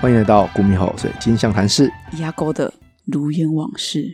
欢迎来到股民好水晶象谈室牙膏的如烟往事，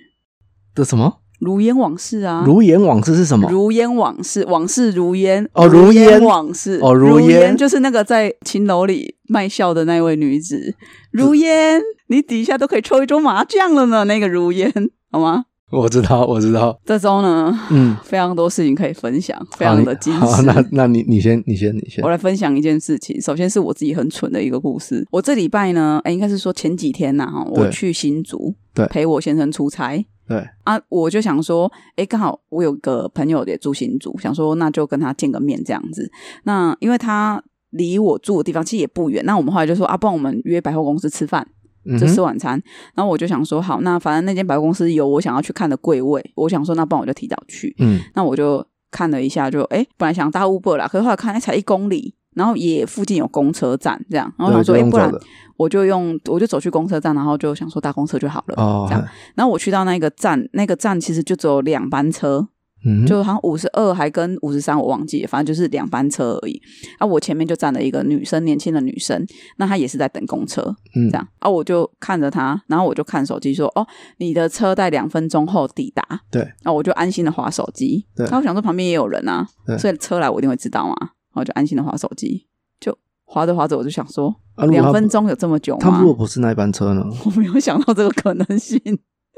的什么？如烟往事啊，如言往事是什么？如烟往事，往事如烟哦如如烟往事哦如如烟就是那个在琴楼里卖笑的那位女子，如烟，你底下都可以抽一桌麻将了呢，那个如烟， 好吗？我知道，我知道。这周呢，嗯，非常多事情可以分享，非好常哦你的精好，实。那那你你先，你先，你先我。来分享一件事情，首先是我自己很蠢的一个故事。我这礼拜呢，哎，应该是说前几天呐、哈，我对去新竹，对陪我先生出差，对，啊，我就想说，诶，刚好我有个朋友也住新竹，想说那就跟他见个面这样子。那因为他离我住的地方其实也不远，那我们后来就说啊，不然我们约百货公司吃饭，嗯就哼吃晚餐。然后我就想说，好，那反正那间百货公司有我想要去看的柜位，我想说那不然我就提早去。嗯那我就看了一下就，诶，本来想搭 Uber 啦，可是后来看诶才一公里，然后也附近有公车站这样，然后对想就说，诶，用不走然的我就用我就走去公车站，然后就想说搭公车就好了，哦这，样。然后我去到那个站，那个站其实就只有两班车，嗯，就好像五十二还跟五十三，我忘记了，反正就是两班车而已。啊，我前面就站了一个女生，年轻的女生，那她也是在等公车，嗯这样啊，我就看着她，然后我就看手机说，哦，你的车在两分钟后抵达，对，那我就安心的划手机，对然后我想说旁边也有人啊对，所以车来我一定会知道嘛，然后我就安心的划手机，就划着划着我就想说，啊如果他两分钟有这么久吗？他如果不是那一班车呢？我没有想到这个可能性，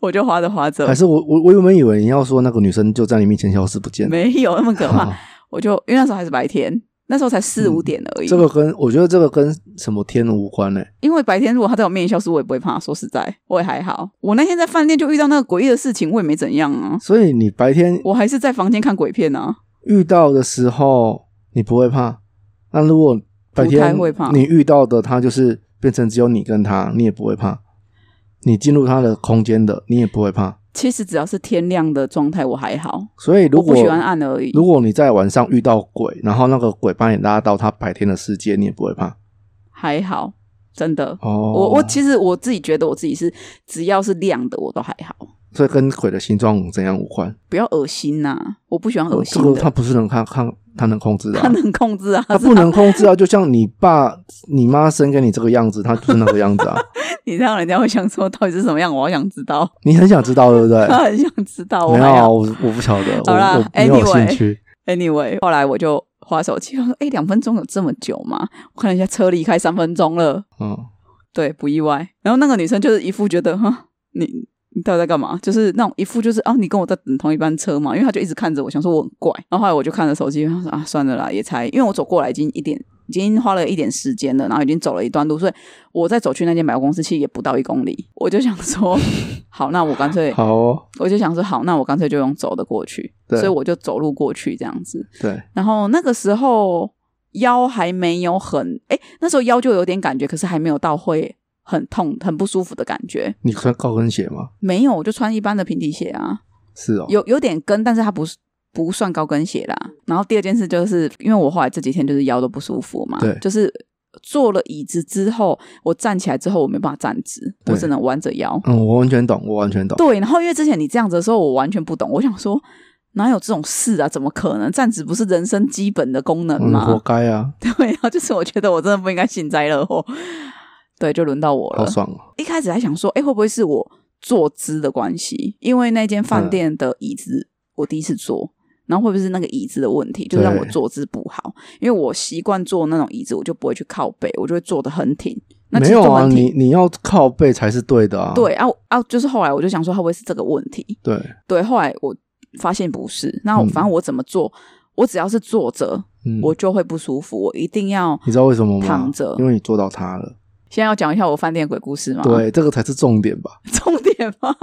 我就划着划着还，是我我我原本以为你要说那个女生就在你面前消失不见了， 没有那么可怕啊。我就因为那时候还是白天，那时候才四嗯五点而已。这个跟我觉得这个跟什么天无关呢？因为白天如果他在我面前消失，我也不会怕。说实在，我也还好。我那天在饭店就遇到那个诡异的事情，我也没怎样啊。所以你白天我还是在房间看鬼片啊。遇到的时候你不会怕，那如果白不太天会怕你遇到的他就是变成只有你跟他，你也不会怕。你进入他的空间的，你也不会怕。其实只要是天亮的状态，我还好。所以如我果不喜欢暗而已如果你在晚上遇到鬼，然后那个鬼把你拉到他白天的世界，你也不会怕。还好，真的。哦，我我其实我自己觉得我自己是只要是亮的我都还好，所以跟鬼的形状怎样无关。不要恶心呐、我不喜欢恶这心个的。他不是能看看他能控制的啊、 他能控制啊，哦他不能控制啊，就像你爸、你妈生给你这个样子，他就是那个样 子啊。你让人家会想说到底是什么样，我好想知道，你很想知道，对不对？他 很想知道。哦我哎没有还啊，好我我不 晓得，我好啦我没有兴 anyway 趣。 Anyway，后来我就划手机，我说：“哎，两分钟有这么久吗？”我看了一下，车离开三分钟了，嗯，对，不意外。然后那个女生就是一副觉得，哈，你你到底在干嘛？就是那种一副就是，哦，你跟我在等同一班车嘛，因为她就一直看着我，想说我很怪。然后后来我就看着手机，她说：“啊，算了啦，也才因为我走过来已经一点。”已经花了一点时间了，然后已经走了一段路，所以我再走去那间百货公司，其实也不到一公里。我就想 说，好，那我干脆好哦，我就想说，好，那我干脆就用走的过去，对所以我就走路过去这样子。对，然后那个时候腰还没有很，哎，那时候腰就有点感觉，可是还没有到会很痛、很不舒服的感觉。你穿高跟鞋吗？没有，我就穿一般的平底鞋啊，是哦，有有点跟，但是它不是。不算高跟鞋啦。然后第二件事就是，因为我后来这几天就是腰都不舒服嘛对，就是坐了椅子之后，我站起来之后我没办法站直，对我只能弯着腰。嗯，我完全懂，我完全懂。对，然后因为之前你这样子的时候，我完全不懂，我想说哪有这种事啊？怎么可能？站直不是人生基本的功能嗯，吗？活该啊， 对，然后就是我觉得我真的不应该幸灾乐祸。对，就轮到我好了。爽哦。一开始还想说，哎，会不会是我坐姿的关系？因为那间饭嗯店的椅子我第一次坐，然后会不会是那个椅子的问题，就是让我对坐姿不好？因为我习惯坐那种椅子，我就不会去靠背，我就会坐得很挺。那其没实有坐啊，很挺你你要靠背才是对的啊。对啊我啊，就是后来我就想说，会不会是这个问题？对，对，后来我发现不是。那我嗯反正我怎么做，我只要是坐着，嗯，我就会不舒服。我一定要你知道为什么吗？躺着啊因为你做到它了。现在要讲一下我饭店鬼故事吗？，对，这个才是重点吧。 重点吗？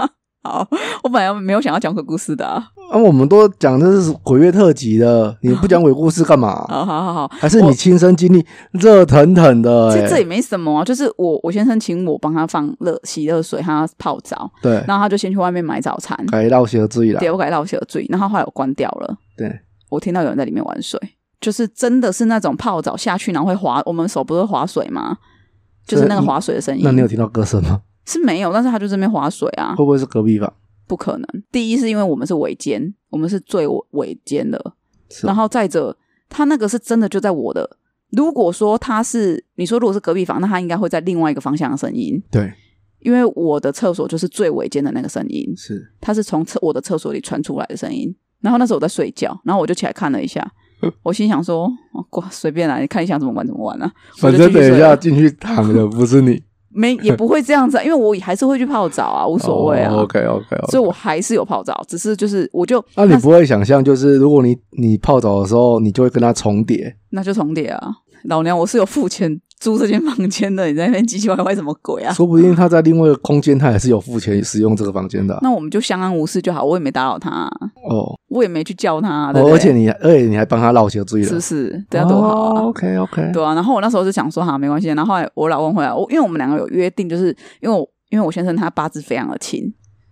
好，我本来没有想要讲鬼故事的、啊。啊，我们都讲这是鬼月特辑的，你不讲鬼故事干 嘛？好好好好，还是你亲身经历，热腾腾的、其实这欸。也没什么啊，就是我我先生请我帮他放热洗热水，让他泡澡， 对，然后他就先去外面买早餐，改到邪之意啦。对我给他血醉，然后后来我关掉了，对，我听到有人在里面玩水，就是真的是那种泡澡下去然后会滑，我们手不是会划水吗？就是那个所以划水的声音，那你有听到歌声吗？是没有，但是他就这边划水啊会，不会是隔壁房？不可能。第一是因为我们是尾间，我们是最尾尾间的，是哦然后再者，他那个是真的就在我的如果说他是你说如果是隔壁房，那他应该会在另外一个方向的声音，对，因为我的厕所就是最尾间的那个声音，是它是从厕我的厕所里传出来的声音。然后那时候我在睡觉，然后我就起来看了一下，我心想说：“哦，挂随便啦，你看你想怎么玩怎么玩啊。”我反就正继续等一睡了下进去躺的 不是你，没也不会这样子、啊，因为我还是会去泡澡啊，无所谓啊。 OK OK 所以 OK。我还是有泡澡，只是就是我就啊那你不会想象，就是如果你你泡澡的时候，你就会跟它重叠，那就重叠啊！老娘我是有付钱租这间房间的，你在那边唧唧歪歪什么鬼啊？说不定它在另外一个空间，它也是有付钱使用这个房间的啊、那我们就相安无事就好，我也没打扰他啊、哦。我也没去叫他啊，对不哦，对而且你而且你还帮他绕些注意是不了，哦是？对啊，多好啊！ o k OK，对啊，然后我那时候就想说，哈，没关系。然后后来我老公回来，我因为我们两个有约定，就是因为我因为我先生他八字非常的轻，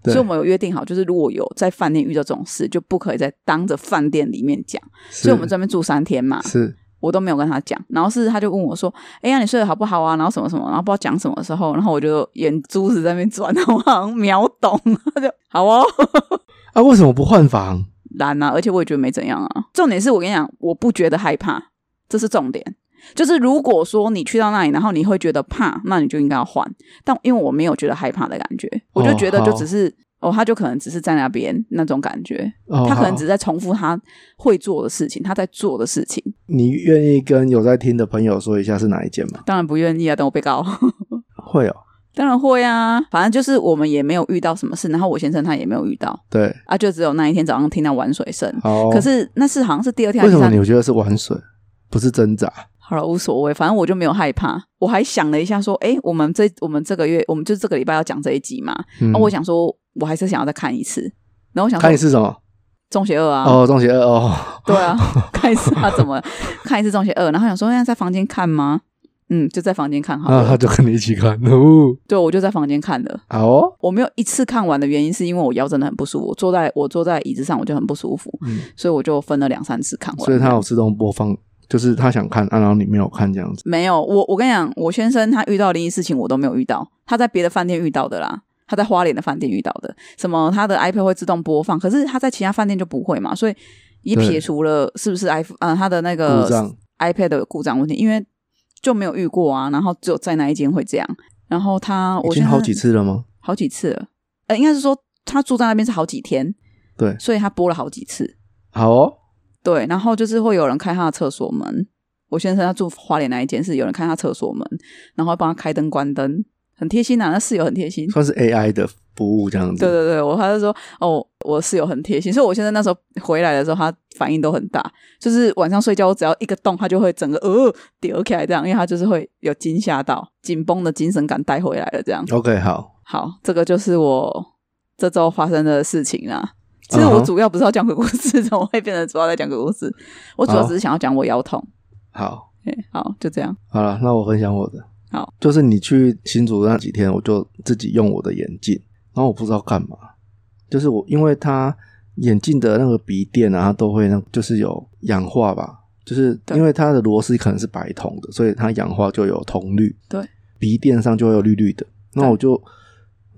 对所以我们有约定好，就是如果有在饭店遇到这种事，就不可以在当着饭店里面讲。所以我们专门住三天嘛，是我都没有跟他讲。然后是他就问我说：“哎呀，你睡得好不好啊？”然后什么什么，然后不知道讲什么的时候，然后我就眼珠子在那边转，然后我好像秒懂，他就好哦， 啊，为什么不换房？懒啊，而且我也觉得没怎样啊。重点是我跟你讲，我不觉得害怕，这是重点。就是如果说你去到那里，然后你会觉得怕，那你就应该要换。但因为我没有觉得害怕的感觉，我就觉得就只是哦他就可能只是在那边那种感觉，哦，他可能好只在重复他会做的事情，他在做的事情。你愿意跟有在听的朋友说一下是哪一间吗？当然不愿意啊，等我被告。会哦，当然会啊，反正就是我们也没有遇到什么事，然后我先生他也没有遇到对，啊，就只有那一天早上听到玩水声。好。可是那是好像是第二天哦还为是什第么三你觉得是玩水，不是挣扎？好了，无所谓，反正我就没有害怕。我还想了一下，说，哎、我们这我们这个月，我们就这个礼拜要讲这一集嘛。啊嗯哦然后我想说，我还是想要再看一次。然后我想看说你，是什么？中邪二啊，哦，中邪二哦，对啊，看一次他怎么看一次中邪二。然后想说，那哎在房间看吗？嗯，就在房间看好那了。啊他就跟你一起看哦，对，我就在房间看的。好哦，我没有一次看完的原因，是因为我腰真的很不舒服，我坐在我坐在椅子上我就很不舒服，嗯所以我就分了两三次看完。所以他有自动播放，就是他想看，啊、然后你没有看这样子。没有我，我跟你讲，我先生他遇到灵异事情我都没有遇到，他在别的饭店遇到的啦，他在花莲的饭店遇到的，什么他的 iPad 会自动播放，可是他在其他饭店就不会嘛，所以也对撇除了是不是 iPhone 呃他的那故个障 iPad 的故障问题，因为就没有遇过啊，然后只有在那一间会这样，然后他已我经先好生几次了吗？好几次了，呃，应该是说他住在那边是好几天，对，所以他播了好几次。好哦，对，然后就是会有人开他的厕所门。我先生他住花莲那一间是有人开他厕所门，然后会帮他开灯关灯，很贴心啊，那室友很贴心。算是 AI 的服务这样子。对对对，我他就说哦，我室友很贴心，所以我先生那时候回来的时候，他反应都很大，就是晚上睡觉，我只要一个动，他就会整个呃跌起来这样，因为他就是会有惊吓到，紧绷的精神感带回来了这样。 OK，好，好，这个就是我这周发生的事情啦。其实嗯我哼主要不是要讲鬼故事， 怎么会变成主要在讲鬼故事？我主要好只是想要讲我腰痛。好，哎，好，就这样。好了，那我分享我的。好，就是你去新竹那几天，我就自己用我的眼镜，然后我不知道干嘛，就是我因为它眼镜的那个鼻垫啊，它都会那就是有氧化吧，就是对因为它的螺丝可能是白铜的，所以它氧化就有铜绿，对，鼻垫上就会有绿绿的。那对我就我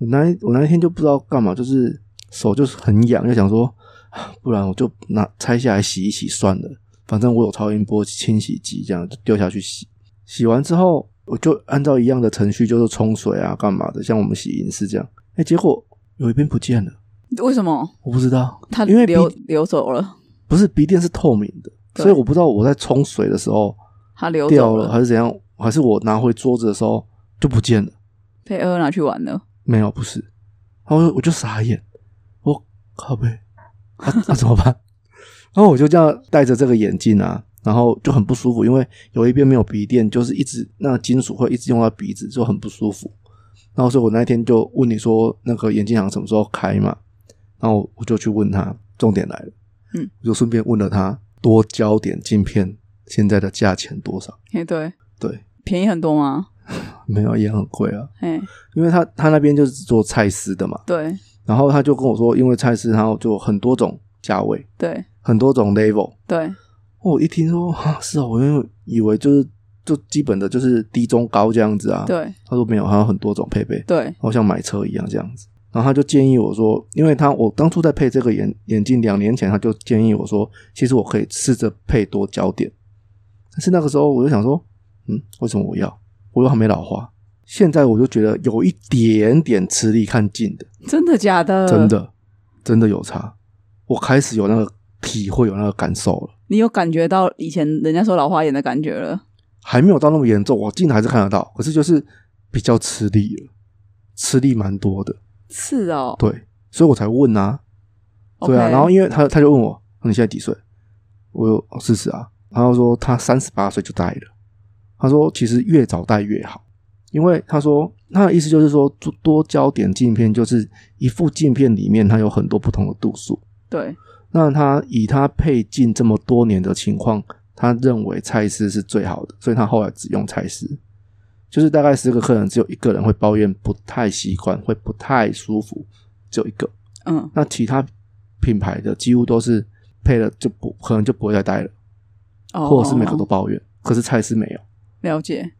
那一我那一天就不知道干嘛，就是手就是很痒，就想说， 啊不然我就拿拆下来洗一洗算了，反正我有超音波清洗机，这样就丢下去洗。洗完之后，我就按照一样的程序，就是冲水啊，干嘛的，像我们洗银饰这样。哎、结果有一边不见了，为什么我不知道，他因为鼻流流走了？不是鼻垫是透明的，对所以我不知道我在冲水的时候他流掉走了还是怎样，还是我拿回桌子的时候就不见了。被二拿去玩了。没有，不是。然后我就我就傻眼，我靠背，那、啊、那、 怎么办？然后我就这样戴着这个眼镜啊，然后就很不舒服，因为有一边没有鼻垫，就是一直那个金属会一直用到鼻子，就很不舒服。然后所以我那天就问你说那个眼镜行什么时候开嘛？然后我就去问他，重点来了，嗯，我就顺便问了他多焦点镜片现在的价钱多少？哎，对，对，便宜很多吗？没有也很贵啊，哎，因为他他那边就是做蔡司的嘛，对然后他就跟我说，因为蔡司然后就有很多种价位，对很多种 level。对，哦我一听说啊，是啊，我因为以为就是就基本的就是低中高这样子啊。，对他说没有，还有很多种配备，对好像买车一样这样子。然后他就建议我说，因为他我当初在配这个眼眼镜两年前，他就建议我说，其实我可以试着配多焦点。但是那个时候我就想说，嗯，为什么我要？我又还没老花。现在我就觉得有一点点吃力看近的，真的假的？真，的，真的有差。我开始有那个体会，有那个感受了。你有感觉到以前人家说老花眼的感觉了？还没有到那么严重，我近还是看得到，可是就是比较吃力了，吃力蛮多的。是哦，对，所以我才问啊，对啊。 OK 然后因为他他就问我，你现在几岁？我有四十啊。然后说他三十八岁就戴了。他说其实越早戴越好，因为他说他的意思就是说多多焦点镜片，就是一副镜片里面它有很多不同的度数。对，那他以他配镜这么多年的情况，他认为蔡司是最好的，所以他后来只用蔡司。就是大概十个客人只有一个人会抱怨不太习惯，会不太舒服，只有一个。嗯，那其他品牌的几乎都是配了就不可能就不会再戴了，哦，或者是每个都抱怨。可是蔡司没有，了解。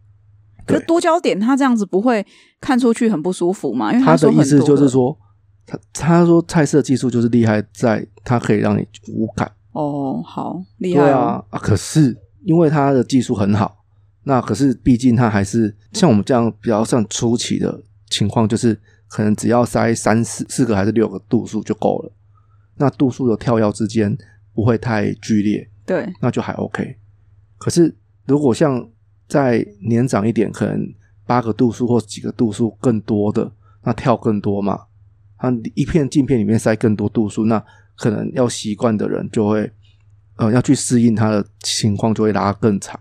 对可是多焦点，他这样子不会看出去很不舒服嘛？因为他说的意很思多就是的，说，他他说蔡司的技术就是厉害在它可以让你无感。哦，好厉对害哦，啊，啊，可是因为它的技术很好，那可是毕竟它还是像我们这样比较像初期的情况，就是可能只要塞三四四个还是六个度数就够了，那度数的跳跃之间不会太剧烈，对，那就还 OK。可是如果像再年长一点，可能八个度数或几个度数更多的，那跳更多嘛，它一片镜片里面塞更多度数，那可能要习惯的人就会，呃，要去适应他的情况就会拉更长。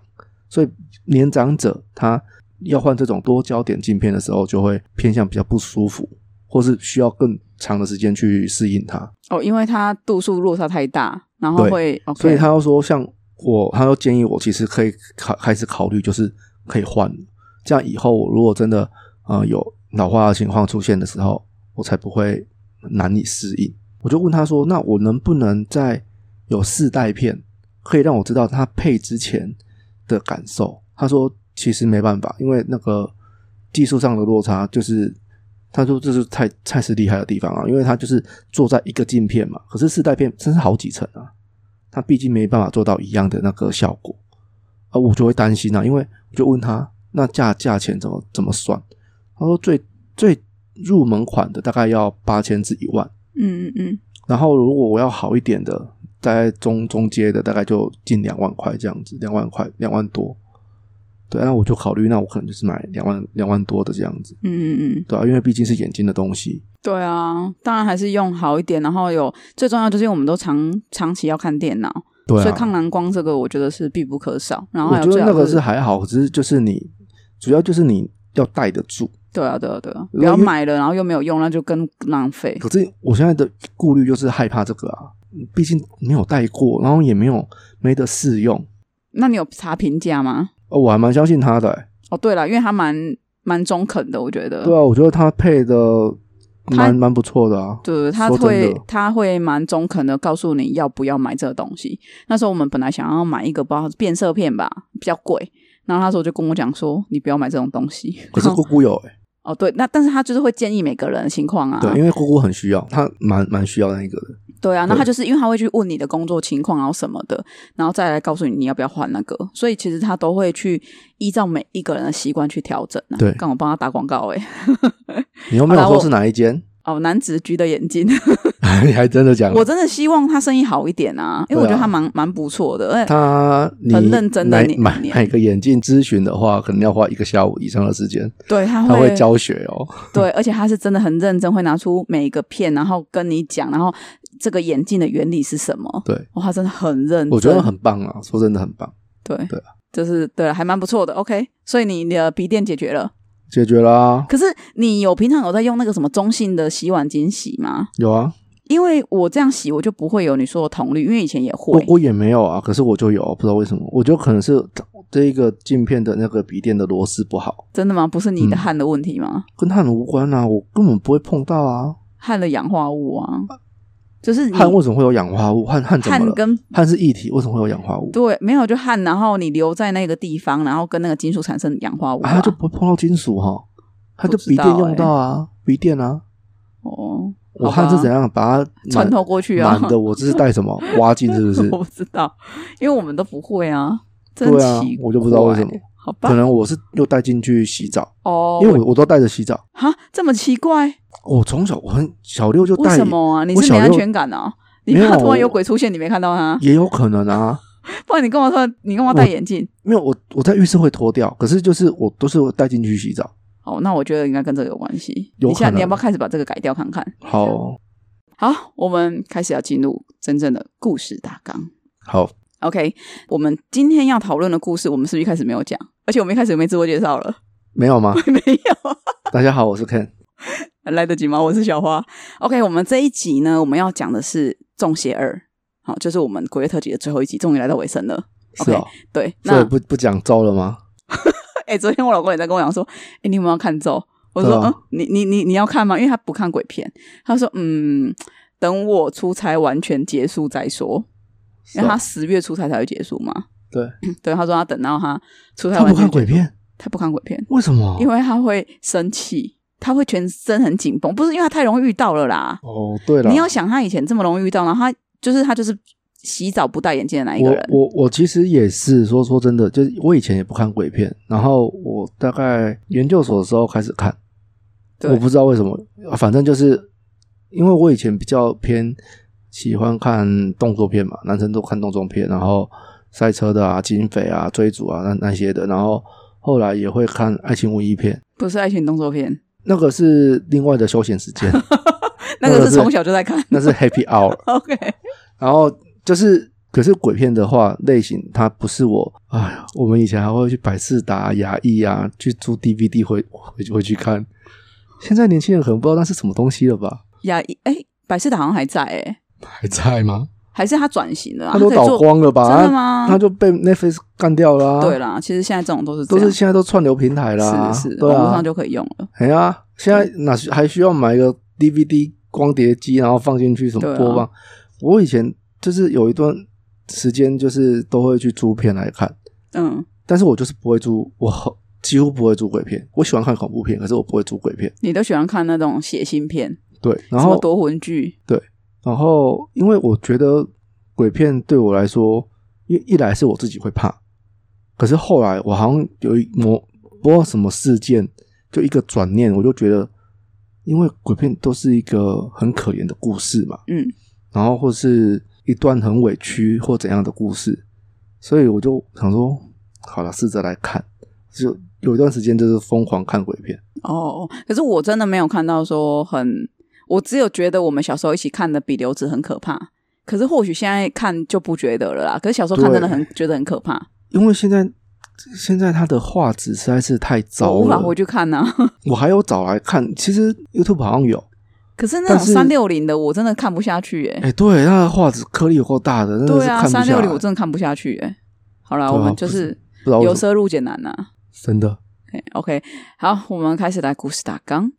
所以年长者他要换这种多焦点镜片的时候，就会偏向比较不舒服，或是需要更长的时间去适应它。哦，因为它度数落差太大，然后对会，OK，所以他又说，像我，他又建议我其实可以考开始考虑，就是可以换了，这样以后我如果真的呃有老化的情况出现的时候，我才不会难以适应。我就问他说，那我能不能在有四代片，可以让我知道它配之前的感受？他说其实没办法，因为那个技术上的落差就是。他说：“这是蔡蔡司厉害的地方啊，因为他就是做在一个镜片嘛，可是四代片真是好几层啊，他毕竟没办法做到一样的那个效果，啊，我就会担心啊，因为我就问他那价价钱怎么怎么算，他说最最入门款的大概要八千至一万，嗯嗯嗯，然后如果我要好一点的，大概中中阶的大概就近两万块这样子，两万块两万多，对，那我就考虑那我可能就是买两万两万多的这样子，嗯嗯嗯，对啊，因为毕竟是眼睛的东西，对啊，当然还是用好一点，然后有最重要就是因为我们都长长期要看电脑，对啊，所以抗蓝光这个我觉得是必不可少。然后我还有觉最得好那个是是还好，只是就是你主要就是你要戴得住。对啊对啊对啊，如不果要因为买了，然后又没有用，那就更浪费。可是我现在的顾虑就是害怕这个啊，毕竟没有戴过，然后也没有没得试用。那你有查评价吗？哦，我还蛮相信他的、欸，哦，对了，因为它蛮蛮中肯的，我觉得。对啊，我觉得他配的嗯他蛮蛮不错的啊。对，他说真会的他会蛮中肯的告诉你要不要买这个东西。那时候我们本来想要买一个，不知道是变色片吧，比较贵。然后他说就跟我讲说，你不要买这种东西。可是然后姑姑有、欸， 哦，对，那但是他就是会建议每个人的情况啊，对，因为姑姑很需要，她蛮蛮需要那一个的。对啊，那对他就是因为他会去问你的工作情况，然后啊什么的，然后再来告诉你你要不要换那个，所以其实他都会去依照每一个人的习惯去调整、啊。对刚我帮他打广告哎、你又没有好啦说我是哪一间， 哦，男子局的眼镜，你还真的讲了我。真的希望他生意好一点啊，因为我觉对啊得他蛮蛮不错的，而且他你很认真的买你买你买个眼镜咨询的话，可能要花一个下午以上的时间，对他他会教学哦。 对，而且他是真的很认真，会拿出每一个片，然后跟你讲，然后这个眼镜的原理是什么。对，哇，他真的很认真，我觉得很棒啊，说真的很棒，对对就是对，还蛮不错的。OK，所以你的鼻垫解决了。解决啦、可是你有平常有在用那个什么中性的洗碗巾洗吗？有啊，因为我这样洗，我就不会有你说的铜绿，因为以前也我会。我也没有啊，可是我就有，不知道为什么，我觉得可能是这一个镜片的那个笔电的螺丝不好，真的吗？不是你嗯的汗的问题吗？跟汗无关啊，我根本不会碰到啊。汗的氧化物啊，就是你汗为什么会有氧化物？汗汗怎么汗了？跟汗是液体，为什么会有氧化物？对没有就汗，然后你留在那个地方，然后跟那个金属产生氧化物、啊，它就不会碰到金属哈、它就不知笔道电用到啊，笔电啊。哦，我好吧汗是怎样把它满穿透过去啊？ 满的，我这是带什么挖镜是不是？我不知道，因为我们都不会啊。真对啊奇怪，我就不知道为什么，好吧可，能我是又带进去洗澡，哦，因为我我都带着洗澡。哈这么奇怪，我从小我很小六就为带，什么啊？你我是小没安六全感啊？你没有怕突然有我鬼出现，你没看到他？也有可能啊。不然你干嘛突然你干嘛嗯戴眼镜？没有，我我在浴室会脱掉，可是就是我都是带进去洗澡。哦，那我觉得应该跟这个有关系。有你现在可能你要不要开始把这个改掉看看？嗯好，好，我们开始要进入真正的故事大纲。好， OK，我们今天要讨论的故事，我们是不是一开始没有讲？而且我们一开始有没有自我介绍了？ 没有吗？没有，啊大家好，我是 Ken。来得及吗？我是小花。OK，我们这一集呢，我们要讲的是《中邪二》，好，就是我们鬼月特辑的最后一集，终于来到尾声了。是哦，对，所那以不不讲咒了吗？哎、昨天我老公也在跟我讲说，哎、你有没有看咒？我说，对啊嗯，你你你你要看吗？因为他不看鬼片，他说，嗯，等我出差完全结束再说，是因为他哦，十月出差才会结束嘛。对， 对，他说他等到他出差他完不全看鬼结束，片，他不看鬼片，为什么？因为他会生气，他会全身很紧绷，不是因为他太容易遇到了啦。哦，对了，你要想他以前这么容易遇到，然后他就是他就是洗澡不戴眼镜的那一个我人，我我其实也是说说真的，就是我以前也不看鬼片，然后我大概研究所的时候开始看，对我不知道为什么，啊反正就是因为我以前比较偏喜欢看动作片嘛，男生都看动作片，然后赛车的啊、警匪啊、追逐啊那那些的，然后后来也会看爱情文艺片，不是爱情动作片，那个是另外的休闲时 间，那那个个是是从小就在看。那是 Happy Hour。 OK，然后就是，可是鬼片的话类型，它不是我，哎，我们以前还会去百事达、雅艺啊，去租 DVD 回回回去看。现在年轻人可能不知道那是什么东西了吧？呀，哎、百事达好像还在哎、还在吗？还是他转型了、啊，他都可以做倒光了吧？真的吗他就被 Netflix 干掉了、啊。对，啦，其实现在这种都是都这是样现在都串流平台啦、是是，对网络啊上，就可以用了。哎呀、现在哪需还需要买一个 DVD 光碟机，然后放进去什对么啊播放？我以前就是有一段时间，就是都会去租片来看。嗯，但是我就是不会租，我 几乎不会租鬼片。我喜欢看恐怖片，可是我不会租鬼片。你都喜欢看那种血腥片，对，然什么后夺魂剧，然后因为我觉得鬼片对我来说，一一来是我自己会怕，可是后来我好像有一某不知道什么事件，就一个转念，我就觉得，因为鬼片都是一个很可怜的故事嘛，嗯，然后或是一段很委屈或怎样的故事，所以我就想说，好了，试着来看，就有一段时间就是疯狂看鬼片，哦，可是我真的没有看到说很，我只有觉得我们小时候一起看的《比流子》很可怕，可是或许现在看就不觉得了啦。可是小时候看真的很觉得很可怕，因为现在现在它的画质实在是太我糟无法了，回去看啊 呐、我还有找来看，其实 YouTube 好像有，可是那种但是三六零的，我真的看不下去耶、哎、对，它的画质颗粒有够大的，真的对是啊，看不下三来，六零我真的看不下去耶、好啦，对啊我们就是不知道为由什么，奢入俭难啊呐、真的。哎 OK，好，我们开始来故事大纲。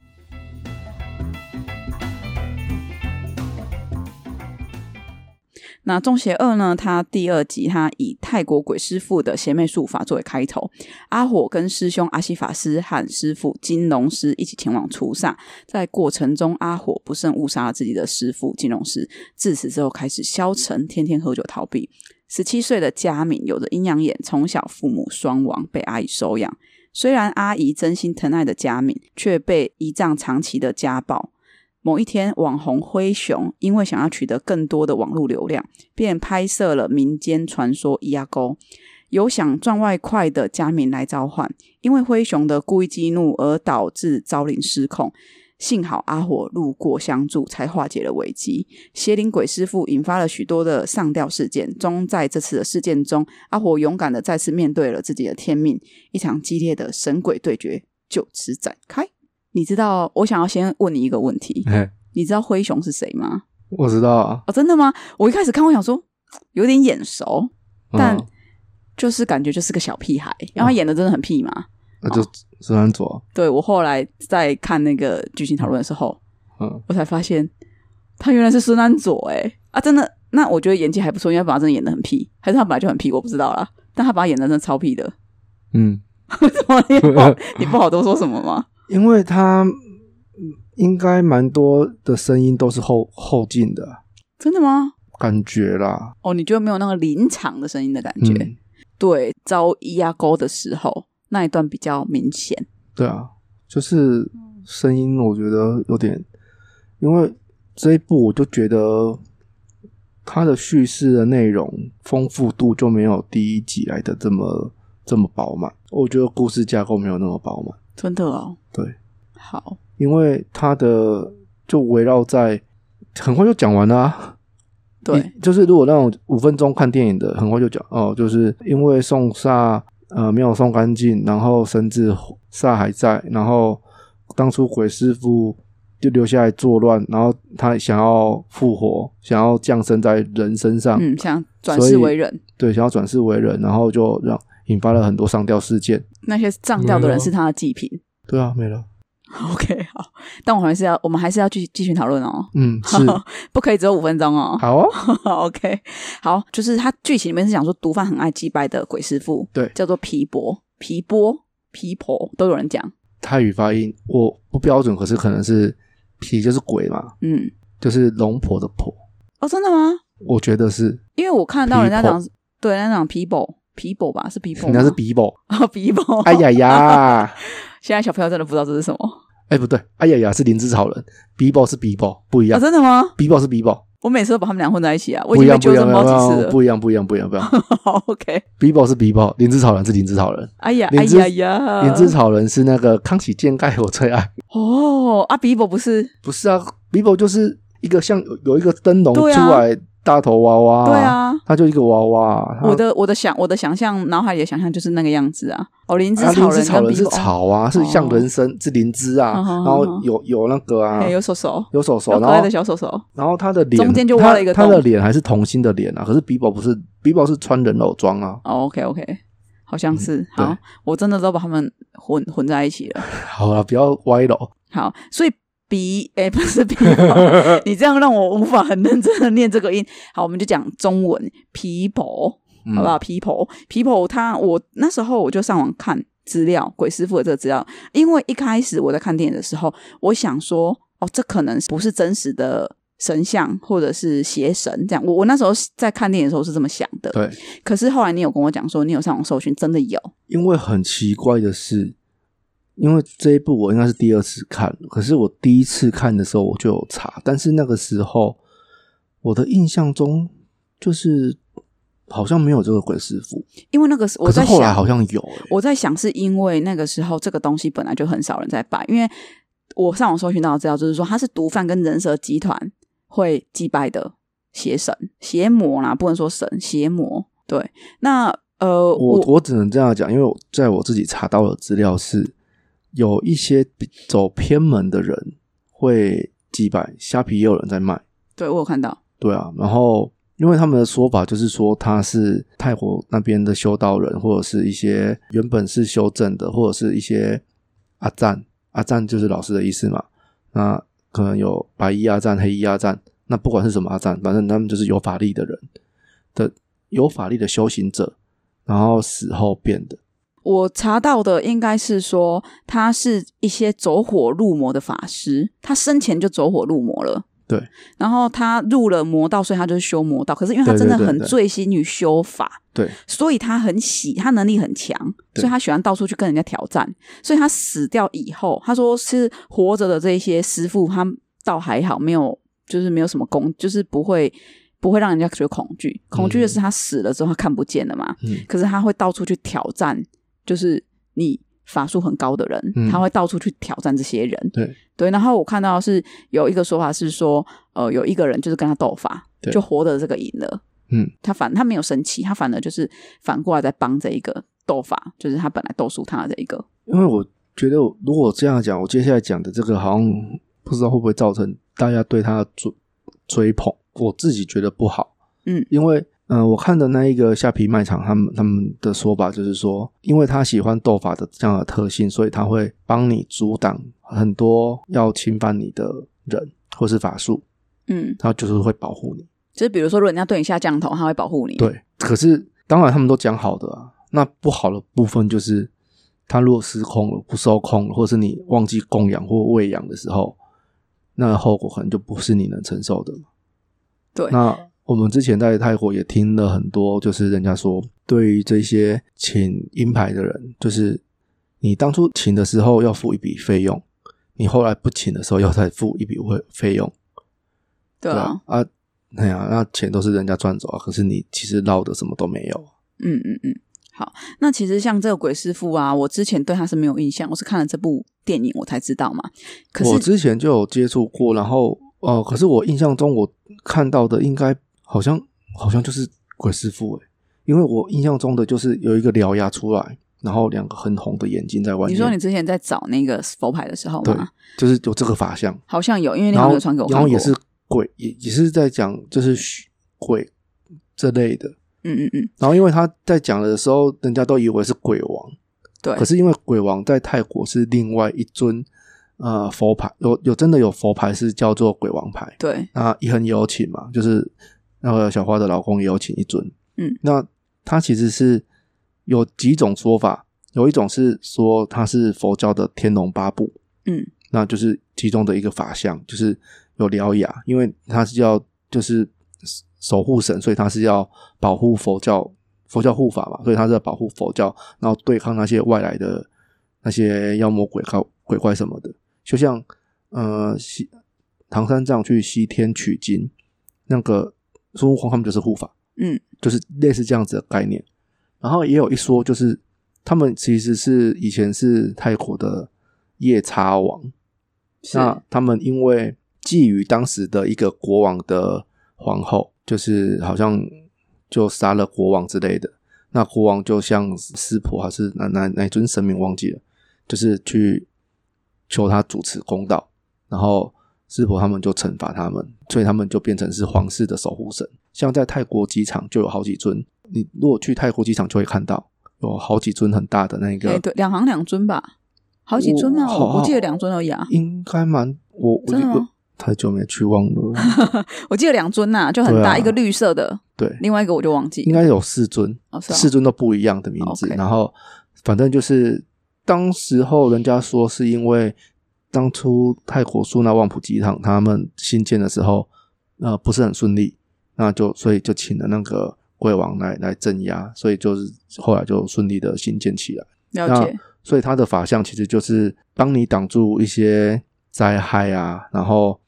那《中邪二》呢？它第二集，它以泰国鬼师傅的邪魅术法作为开头，阿火跟师兄阿西法师和师傅金龙师一起前往除煞，在过程中，阿火不慎误杀了自己的师傅金龙师，自此之后开始消沉，天天喝酒逃避。十七岁的佳敏有着阴阳眼，从小父母双亡，被阿姨收养。虽然阿姨真心疼爱的佳敏，却被姨丈长期的家暴。某一天，网红灰熊因为想要取得更多的网络流量，便拍摄了民间传说伊阿沟。有想赚外快的佳敏来召唤，因为灰熊的故意激怒而导致招灵失控。幸好阿火路过相助，才化解了危机。邪灵鬼师傅引发了许多的上吊事件，终在这次的事件中，阿火勇敢的再次面对了自己的天命，一场激烈的神鬼对决就此展开。你知道，我想要先问你一个问题，哎、你知道灰熊是谁吗？我知道啊，哦，真的吗？我一开始看，我想说有点眼熟，但嗯就是感觉就是个小屁孩，因为他演的真的很屁嘛。那哦就自然左，对我后来在看那个剧情讨论的时候，嗯，我才发现他原来是孙安佐哎、啊，真的。那我觉得演技还不错，因为他本来真的演的很屁，还是他本来就很屁，我不知道啦。但他把他演的真的超 屁的，嗯，怎么你 不好你不好多说什么吗？因为它嗯应该蛮多的声音都是后后进的真的吗？感觉啦，哦，你觉得没有那个临场的声音的感觉？嗯对遭压沟的时候，那一段比较明显。对啊，就是声音，我觉得有点，因为这一部我就觉得它的叙事的内容丰富度就没有第一集来的这么这么饱满，我觉得故事架构没有那么饱满，真的哦，对，好，因为它的就围绕在很快就讲完了、啊。对你就是如果那种五分钟看电影的，很快就讲哦，就是因为送煞呃没有送干净，然后甚至煞还在，然后当初鬼师傅就留下来作乱，然后他想要复活，想要降生在人身上，嗯，想转世为人，对，想要转世为人，然后就让引发了很多上吊事件。那些上吊的人是他的祭品。 对啊，没了， OK，好，但我还是要，我们还是要继续继续讨论哦，嗯， 是不可以只有五分钟哦。好啊， OK，好，就是他剧情里面是讲说毒贩很爱祭拜的鬼师傅，对叫做皮伯、皮波、皮婆都有人讲，泰语发音我不标准，可是可能是皮就是鬼嘛，嗯，就是龙婆的婆，哦，真的吗？我觉得是。因为我看到人家讲，对，人家讲皮伯、皮伯吧，是皮伯吗， 人家是 Bibo，啊皮伯， 哎呀呀， 现在小朋友真的不知道这是什么哎不对，哎呀呀是灵芝草人，Bibo 是 Bibo 不一啊，样真的吗？ ，Bibo 是 Bibo，我每次都把他们俩混在一起啊，我已不一经被样不纠一样正好几次了。不一样不一样不一样不一样 好，OK， ，Bibo 是 Bibo，灵芝草人是灵芝草人，哎呀，哎灵芝呀呀，灵芝草人是那个康熙健盖我最爱， 哦，啊比伯不是，不是啊，Bibo 就是一个像有有一个灯笼出对啊来大头娃娃，对，啊，他就一个娃啊娃，我的我的想我的想象脑海里的想象就是那个样子啊，哦，灵芝他草灵芝人草跟人比是伯，草啊，是像哦人参是灵芝啊，哦哦然哦后有有那个啊哎，，有手手，有手手，有然可后爱的小手哦手，然后他的脸中间就挖了一个他，洞他的脸还是童星的脸啊，可是比宝不是，比宝是穿人偶装啊。 哦，OK OK，好像是，嗯对好，我真的都把他们混混在一起了，好了，不要歪楼。好，所以。比哎、 不是比伯，你这样让我无法很认真的念这个音。好，我们就讲中文皮婆，嗯好不好？皮婆皮婆，他我那时候我就上网看资料，鬼师傅的这个资料，因为一开始我在看电影的时候，我想说，哦，这可能不是真实的神像或者是邪神这样。我我那时候在看电影的时候是这么想的，对，可是后来你有跟我讲说，你有上网搜寻，真的有，因为很奇怪的是，因为这一部我应该是第二次看，可是我第一次看的时候我就有查，但是那个时候我的印象中就是好像没有这个鬼师傅，因为那个是我可是在后来想，好像有、欸。我在想是因为那个时候这个东西本来就很少人在拜，因为我上网搜寻到的资料就是说，它是毒贩跟人蛇集团会祭拜的邪神、邪魔啦，不能说神，邪魔。对，那呃，我我我只能这样讲，因为我在我自己查到的资料是，有一些比走偏门的人会祭拜虾皮，也有人在卖，对我有看到，对啊。然后，因为他们的说法就是说他是泰国那边的修道人，或者是一些原本是修正的，或者是一些阿赞，阿赞就是老师的意思嘛。那可能有白衣阿赞、黑衣阿赞，那不管是什么阿赞，反正他们就是有法力的人的有法力的修行者，然后死后变的。我查到的应该是说，他是一些走火入魔的法师，他生前就走火入魔了。对，然后他入了魔道，所以他就是修魔道。可是因为他真的对对对很对醉心于修法，对所以他很喜，他能力很强，对所以他喜欢到处去跟人家挑战。所以他死掉以后，他说是活着的这一些师傅，他倒还好，没有就是没有什么功，就是不会不会让人家觉得恐惧。恐惧的是他死了之后他看不见了嘛，嗯可是他会到处去挑战，就是你法术很高的人，嗯他会到处去挑战这些人。对对，然后我看到是有一个说法是说，呃，有一个人就是跟他斗法，对就活的这个赢了。嗯，他反他没有生气，他反而就是反过来在帮这一个斗法，就是他本来斗输他的这一个。因为我觉得我如果这样讲，我接下来讲的这个好像不知道会不会造成大家对他的追追捧，我自己觉得不好。嗯因为嗯、呃我看的那一个下皮卖场，他们他们的说法就是说，因为他喜欢斗法的这样的特性，所以他会帮你阻挡很多要侵犯你的人或是法术，嗯，他就是会保护你。就是比如说，如果人家对你下降头，他会保护你。，对，可是当然他们都讲好的啊，那不好的部分就是他如果失控了、不受控了，或是你忘记供养或喂养的时候，那后果可能就不是你能承受的嘛。对那我们之前在泰国也听了很多，就是人家说对于这些请鹰牌的人，就是你当初请的时候要付一笔费用，你后来不请的时候要再付一笔费费用，对啊，啊，哎呀、那钱都是人家赚走啊，可是你其实捞的什么都没有。啊嗯嗯嗯。好，那其实像这个鬼师傅啊，我之前对他是没有印象，我是看了这部电影我才知道嘛。可我是之前就有接触过，然后哦、呃可是我印象中我看到的应该好像好像就是鬼师傅诶、因为我印象中的就是有一个獠牙出来，然后两个很红的眼睛在外面，你说你之前在找那个佛牌的时候对嘛，就是有这个法相，好像有，因为你然好像后有传给我看然过，后也是鬼，也也是在讲就是虚鬼这类的。嗯嗯嗯，然后因为他在讲的时候，人家都以为是鬼王，对可，是因为鬼王在泰国是另外一尊呃佛牌，有有真的有佛牌是叫做鬼王牌。对，那也很有请嘛，就是那个小花的老公也有请一尊。嗯，那他其实是有几种说法，有一种是说他是佛教的天龙八部，嗯，那就是其中的一个法相，就是有獠牙，因为他是要就是守护神，所以他是要保护佛教佛教护法嘛，所以他是要保护佛教，然后对抗那些外来的那些妖魔鬼怪鬼怪什么的。就像呃西唐三藏去西天取经，那个孙悟空他们就是护法，嗯，就是类似这样子的概念。然后也有一说，就是他们其实是以前是泰国的夜叉王，是，那他们因为觊觎当时的一个国王的皇后，就是好像就杀了国王之类的。那国王就向湿婆还是哪哪哪一尊神明忘记了，就是去求他主持公道，然后湿婆他们就惩罚他们，所以他们就变成是皇室的守护神。像在泰国机场就有好几尊，你如果去泰国机场就会看到有好几尊很大的那哎个，对，两行两尊吧，好几尊啊，我我我记得两尊而已啊，应该蛮我我真的吗太久没去忘了，我记得两尊呐、就很对大，啊一个绿色的，对，另外一个我就忘记应该有四尊，哦是啊哦四尊都不一样的名字。 OK 然后反正就是当时候人家说是因为当初泰国苏纳旺普鸡汤他们新建的时候，呃，不是很顺利，那就所以就请了那个鬼王来来镇压，所以就是后来就顺利的新建起来。了解，所以他的法相其实就是帮你挡住一些灾害啊，然后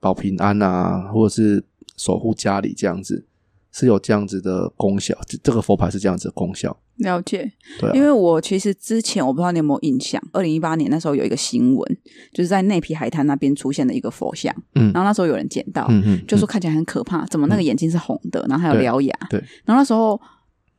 保平安啊，或者是守护家里这样子，是有这样子的功效。这这个佛牌是这样子的功效，了解。对因啊，为我其实之前我不知道你有没有印象，二零一八年那时候有一个新闻，就是在内皮海滩那边出现的一个佛像，嗯然后那时候有人捡到，嗯嗯，就说看起来很可怕，怎么那个眼睛是红的，然后还有对獠牙，对然后那时候。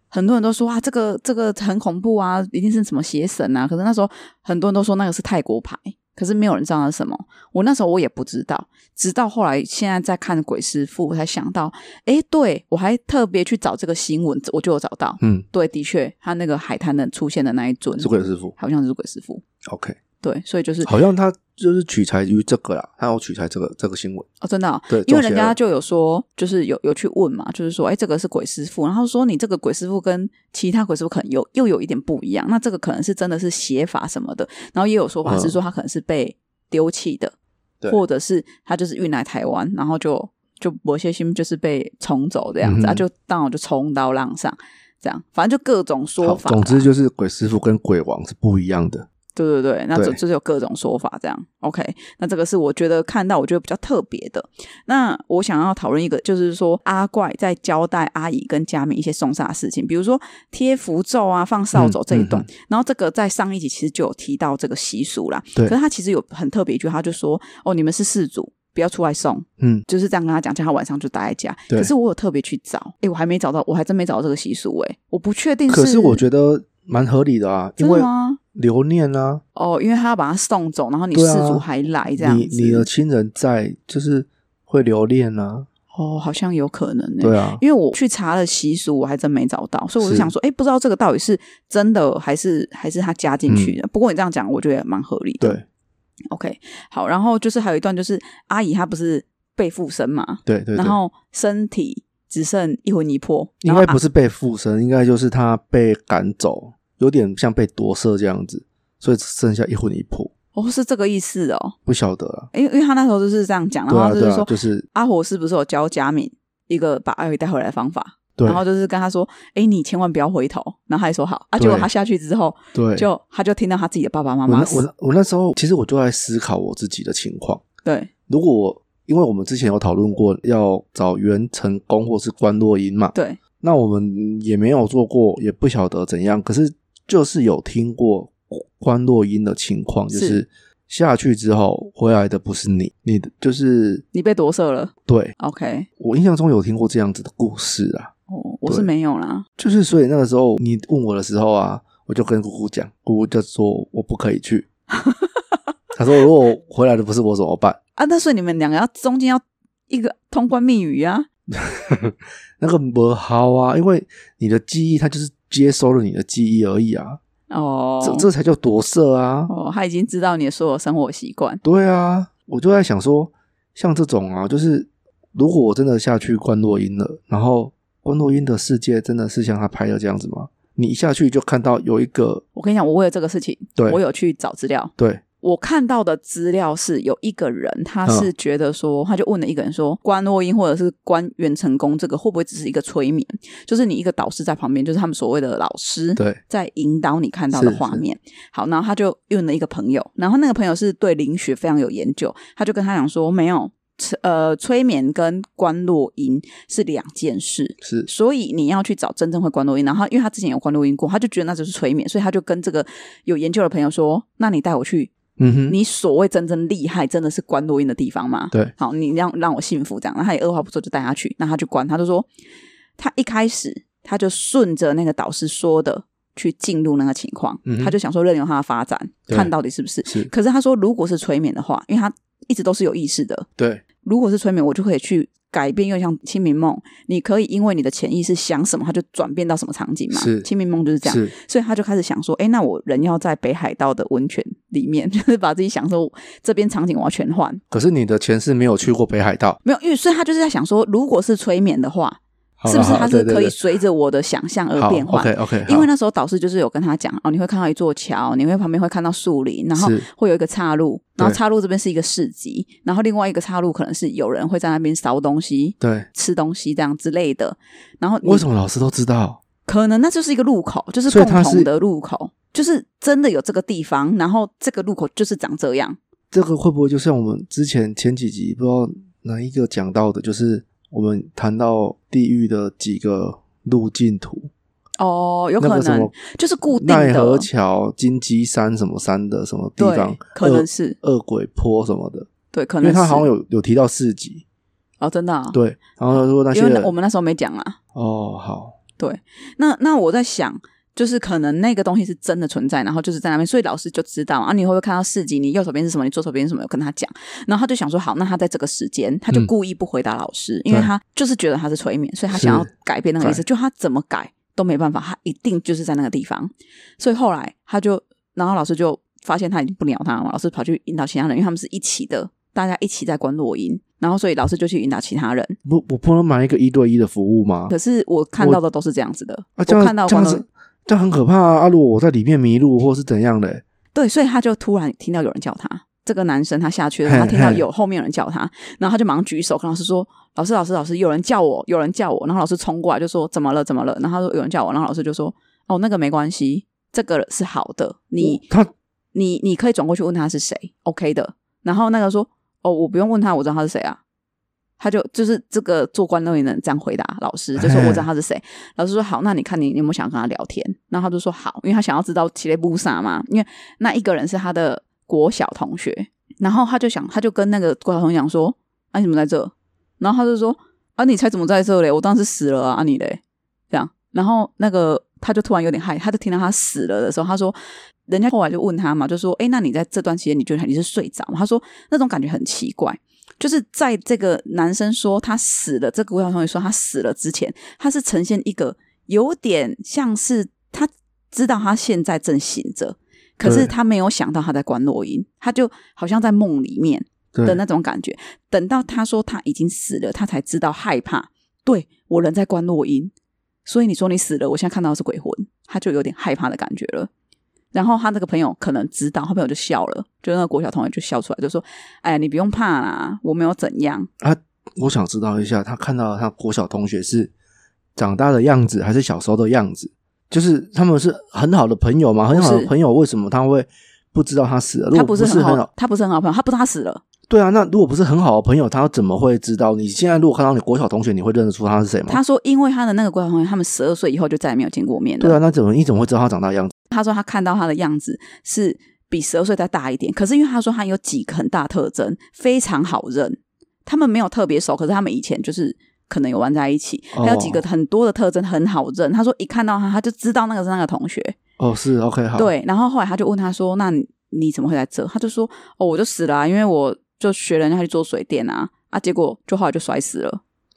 很多人都说啊，这个这个很恐怖啊，一定是什么邪神啊。可是那时候很多人都说那个是泰国牌，可是没有人知道那是什么。我那时候我也不知道，直到后来现在在看《鬼师傅》，我才想到，诶，对我还特别去找这个新闻，我就有找到。嗯，对，的确，他那个海滩的出现的那一尊嗯是鬼师傅好像是鬼师傅。 ，OK，对，所以就是好像他就是取材于这个啦，他有取材这个这个新闻，哦，真的哦、对，因中为人邪家了就有说，就是有有去问嘛，就是说，哎，这个是鬼师傅，然后说你这个鬼师傅跟其他鬼师傅可能有又有一点不一样，那这个可能是真的是邪法什么的，然后也有说法是说他可能是被丢弃的，嗯对或者是他就是运来台湾，然后就就某些心就是被冲走这样子，嗯哼啊，就刚好就冲到浪上。这样，反正就各种说好法啦。总之就是鬼师傅跟鬼王是不一样的，对对对，那对这就是有各种说法这样。OK，那这个是我觉得看到我觉得比较特别的。那我想要讨论一个，就是说阿怪在交代阿姨跟佳明一些送煞的事情，比如说贴符咒啊、放扫帚这一段。嗯然后这个在上一集其实就有提到这个习俗啦。对可是他其实有很特别一句，他就说：“哦，你们是事主，不要出来送。”嗯，就是这样跟他讲，叫他晚上就待在家。对可是我有特别去找，诶，我还没找到，我还真没找到这个习俗、诶，我不确定可是是我觉得蛮合理的啊，因真的为吗留念啊，哦，因为他要把他送走，然后你对事啊主还来这样你子，你的亲人在，就是会留恋啊，哦，好像有可能呢、对啊，因为我去查了习俗，我还真没找到，所以我就是想说，哎，不知道这个到底是真的还是还是他加进去的。不过你这样讲，我觉得也蛮合理嗯的。对，OK，好。然后就是还有一段，就是阿姨她不是被附身嘛，对对然对，后身体只剩一魂一魄，应然后该啊不是被附身，应该就是他被赶走，有点像被夺舍这样子，所以只剩下一魂一魄，哦是这个意思哦，不晓得啊，因为因为他那时候就是这样讲，然对后啊就对是说、啊，就是阿火是不是有教佳敏一个把阿伟带回来的方法。对然后就是跟他说：“哎，你千万不要回头。”然后他也说好。啊，结果对他下去之后，对，就他就听到他自己的爸爸妈我那妈我死。那我那时候其实我就在思考我自己的情况。对如果我因为我们之前有讨论过要找袁成功或是关洛英嘛，对那我们也没有做过，也不晓得怎样，可是就是有听过关洛英的情况，就是是下去之后回来的不是你，你的就是你被夺舍了。对 OK，我印象中有听过这样子的故事啊。哦，我对是没有啦。就是所以那个时候你问我的时候啊，我就跟姑姑讲，姑姑就说我不可以去。她说如果回来的不是我怎么办？啊，但是你们两个要中间要一个通关密语啊。那个不好啊，因为你的记忆它就是接收了你的记忆而已啊，哦，这这才叫夺舍啊。哦，他已经知道你的所有生活习惯。对啊，我就在想说，像这种啊，就是如果我真的下去关洛英了，然后关洛英的世界真的是像他拍的这样子吗？你一下去就看到有一个我跟你讲，我为了这个事情，对我有去找资料。对我看到的资料是有一个人，他是嗯觉得说，他就问了一个人说，关洛英或者是关元成功，这个会不会只是一个催眠？就是你一个导师在旁边，就是他们所谓的老师，对在引导你看到的是画面。好，然后他就问了一个朋友，然后那个朋友是对灵学非常有研究，他就跟他讲说，没有，呃，催眠跟关洛音是两件事。是所以你要去找真正会关录音，然后因为他之前有关录音过，他就觉得那就是催眠，所以他就跟这个有研究的朋友说：“那你带我去嗯哼你所谓真正厉害，真的是关录音的地方吗？对，好，你让让我信服这样，那他也二话不说就带他去，那他就关，他就说，他一开始他就顺着那个导师说的去进入那个情况，嗯哼他就想说任由他的发展，对看到底是不是。是可是他说，如果是催眠的话，因为他一直都是有意识的，对如果是催眠，我就可以去改变，又像清明梦，你可以因为你的潜意识想什么，它就转变到什么场景嘛。是清明梦就是这样。是所以他就开始想说，哎，那我人要在北海道的温泉里面， 就是把自己想说这边场景我要全换，可是你的前世没有去过北海道，没有，因为所以他就是在想说，如果是催眠的话，好是不是它是可以对随着我的想象对对而变换？好？OK OK，因为那时候导师就是有跟他讲哦，你会看到一座桥，你会旁边会看到树林，然后是会有一个岔路，然后对岔路这边是一个市集，然后另外一个岔路可能是有人会在那边烧东西、对，吃东西这样之类的。然后你为什么老师都知道？可能那就是一个路口，就是所以共它是同的路口，就是真的有这个地方，然后这个路口就是长这样。这个会不会就像我们之前前几集不知道哪一个讲到的，就是我们谈到地狱的几个路径图，哦，有那可个什能么就是固定奈何的，桥、金鸡山什么山的什么地方对，，可能恶是恶鬼坡什么的，对，可因为能是他好像有有提到四集，哦，真的、啊，对，然后他说那因些为那人我们那时候没讲啊。哦好，那那我在想，就是可能那个东西是真的存在，然后就是在那边，所以老师就知道啊，你会不会看到市集？你右手边是什么？你左手边是什么？有跟他讲，然后他就想说，好，那他在这个时间，他就嗯故意不回答老师，因为对他就是觉得他是催眠，所以他想要是改变那个意思，改就他怎么改都没办法，他一定就是在那个地方，所以后来他就，然后老师就发现他已经不鸟他了嘛，老师跑去引导其他人，因为他们是一起的，大家一起在关落音。然后，所以老师就去引导其他人。不我不能买一个一对一的服务吗？可是我看我到的都是这样子的，啊，这我样看到这关样落是这样很可怕啊！啊如果我在里面迷路或是怎样的、对，所以他就突然听到有人叫他，这个男生他下去了，他嘿听到嘿有后面有人叫他，然后他就马上举手跟老师说：“老师，老师，老师，有人叫我，有人叫我。”然后老师冲过来就说：“怎么了？怎么了？”然后他说：“有人叫我。”然后老师就说：“哦，那个没关系，这个是好的，你他你你可以转过去问他是谁，OK 的。”然后那个说：“哦，我不用问他，我知道他是谁啊。”他就就是这个做官的人这样回答老师，就说嘿我知道他是谁。老师说好，那你看你你有没有想跟他聊天？然后他就说好，因为他想要知道奇雷布萨嘛，因为那一个人是他的国小同学，然后他就想，他就跟那个国小同学讲说，啊你怎么在这？然后他就说啊你猜怎么在这嘞？我当时死了啊，啊你嘞？这样，然后那个他就突然有点害，他就听到他死了的时候，他说。人家后来就问他嘛，就说：“哎，那你在这段期间，你觉得你是睡着吗？”他说：“那种感觉很奇怪。”就是在这个男生说他死了，这个国小同学说他死了之前，他是呈现一个有点像是他知道他现在正醒着，可对是他没有想到他在关落音，他就好像在梦里面对的那种感觉。等到他说他已经死了，他才知道害怕，对我人在关落音，所以你说你死了，我现在看到的是鬼魂，他就有点害怕的感觉了。然后他那个朋友可能知道，他朋友就笑了，就那个国小同学就笑出来，就说：“哎呀，你不用怕啦，我没有怎样。啊，我想知道一下，他看到他国小同学是长大的样子，还是小时候的样子？就是他们是很好的朋友吗？很好不的是朋友，为什么他会不知道他死了？如他果不哦是很很好，他不是很好朋友，他不知道他死了。对啊，那如果不是很好的朋友，他怎么会知道？你现在如果看到你国小同学，你会认得出他是谁吗？他说，因为他的那个国小同学，他们十二岁以后就再也没有见过面对啊，了。那怎么你怎么会知道他长大的样子？他说他看到他的样子是比十二岁再大一点，可是因为他说他有几个很大特征，非常好认。他们没有特别熟，可是他们以前就是可能有玩在一起，哦还有几个很多的特征很好认。他说一看到他，他就知道那个是那个同学。哦，是 OK 好，，对，然后后来他就问他说：“那你你怎么会来这？”他就说：“哦，我就死了、啊，因为我就学人家去做水电啊，啊，结果就后来就摔死了。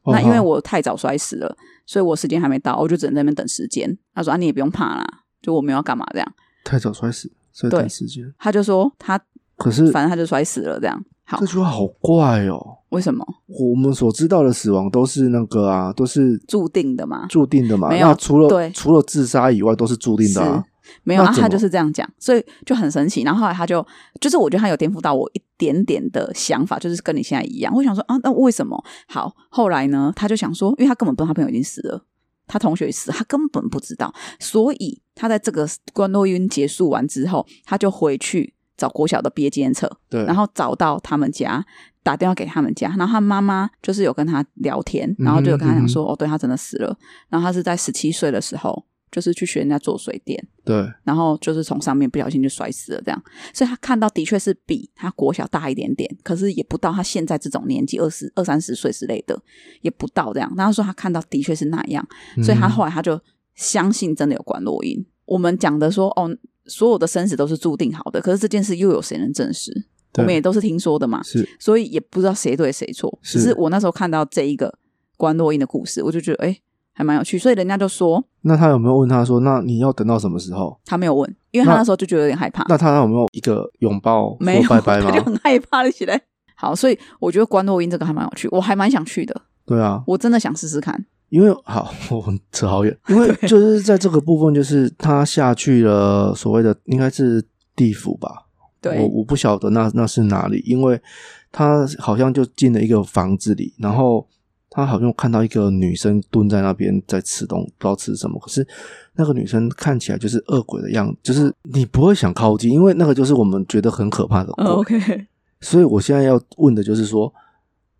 哦那因为好我太早摔死了，所以我时间还没到，我就只能在那边等时间。”他说：“啊，你也不用怕啦，就我没有要干嘛这样。太早摔死，所以对短时间。”他就说他可是反正他就摔死了这样。好这，句话好怪哦。为什么我们所知道的死亡都是那个啊，都是注定的嘛？注定的嘛。没有那除对了除了自杀以外，都是注定的啊。没有那啊，怎他么就是这样讲，所以就很神奇。然后后来他就，就是我觉得他有颠覆到我一点点的想法，就是跟你现在一样。我想说啊，那为什么？好，后来呢，他就想说，因为他根本不知道他朋友已经死了，他同学也死了，他根本不知道，所以他在这个关洛云结束完之后，他就回去找国小的毕业纪念册，对，然后找到他们家，打电话给他们家，然后他妈妈就是有跟他聊天，然后就有跟他讲说，哦，对他真的死了，然后他是在十七岁的时候，就是去学人家做水电。对，然后就是从上面不小心就摔死了，这样，所以他看到的确是比他国小大一点点，可是也不到他现在这种年纪，二十二三十岁之类的，也不到这样。然后他说他看到的确是那样，嗯所以他后来他就相信真的有关落音。我们讲的说，哦，所有的生死都是注定好的，可是这件事又有谁能证实？我对们也都是听说的嘛，是所以也不知道谁对谁错。是只是我那时候看到这一个关落音的故事，我就觉得哎，还蛮有趣。所以人家就说那他有没有问他说，那你要等到什么时候？他没有问，因为他那那时候就觉得有点害怕。那他有没有一个拥抱说啊没有，拜拜他就吗？很害怕了起来。好，所以我觉得关洛音这个还蛮有趣，我还蛮想去的，对啊，我真的想试试看。因为好， 我们扯好 远，因为就是在这个部分，就是他下去了所谓的应该是地府吧，对我，我不晓得那那是哪里，因为他好像就进了一个房子里，然后他好像看到一个女生蹲在那边在吃东，不知道吃什么。可是那个女生看起来就是恶鬼的样子，就是你不会想靠近，因为那个就是我们觉得很可怕的鬼。嗯 OK，所以我现在要问的就是说，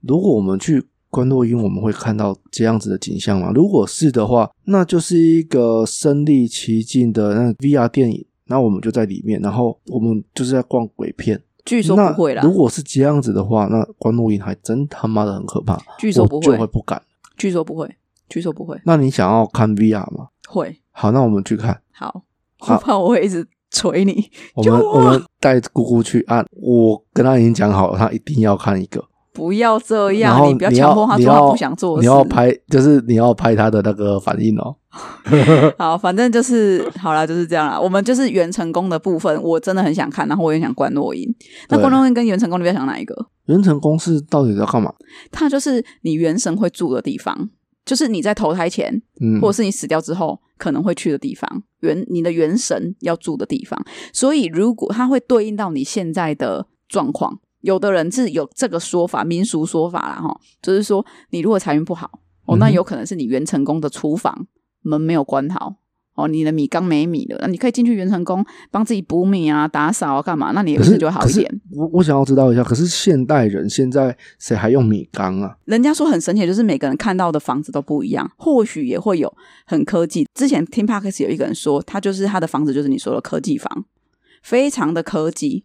如果我们去关洛音，我们会看到这样子的景象吗？如果是的话，那就是一个身临其境的那 VR 电影，那我们就在里面，然后我们就是在逛鬼片。据说那不会啦，如果是这样子的话，那关洛音还真他妈的很可怕，据说不我就会会，不敢。据说不会，据说不会，那你想要看 VR 吗？会好，那我们去看。好，好我怕我会一直 捶你，我救们我我们带姑姑去按，我跟她已经讲好了，她一定要看一个。不要这然样，后你不要强迫他你做他要不想做的你事。要拍，就是你要拍他的那个反应哦。好，反正就是好啦，就是这样啦。我们就是原成功的部分，我真的很想看，然后我也想关洛音。那对关洛音跟原成功，你比较想哪一个？人成公司到底在干嘛？它就是你元神会住的地方，就是你在投胎前，嗯，或者是你死掉之后可能会去的地方，元你的元神要住的地方。所以如果它会对应到你现在的状况，有的人是有这个说法，民俗说法啦，哈，就是说你如果财运不好，哦，嗯哼那有可能是你元成功的厨房门没有关好。哦，你的米缸没米了，那你可以进去元成功帮自己补米啊、打扫啊、干嘛？那你的可运是势就会好一点。。可是我我想要知道一下，可是现代人现在谁还用米缸啊？人家说很神奇，就是每个人看到的房子都不一样，或许也会有很科技。之前听 Parkes 有一个人说，他就是他的房子就是你说的科技房，非常的科技，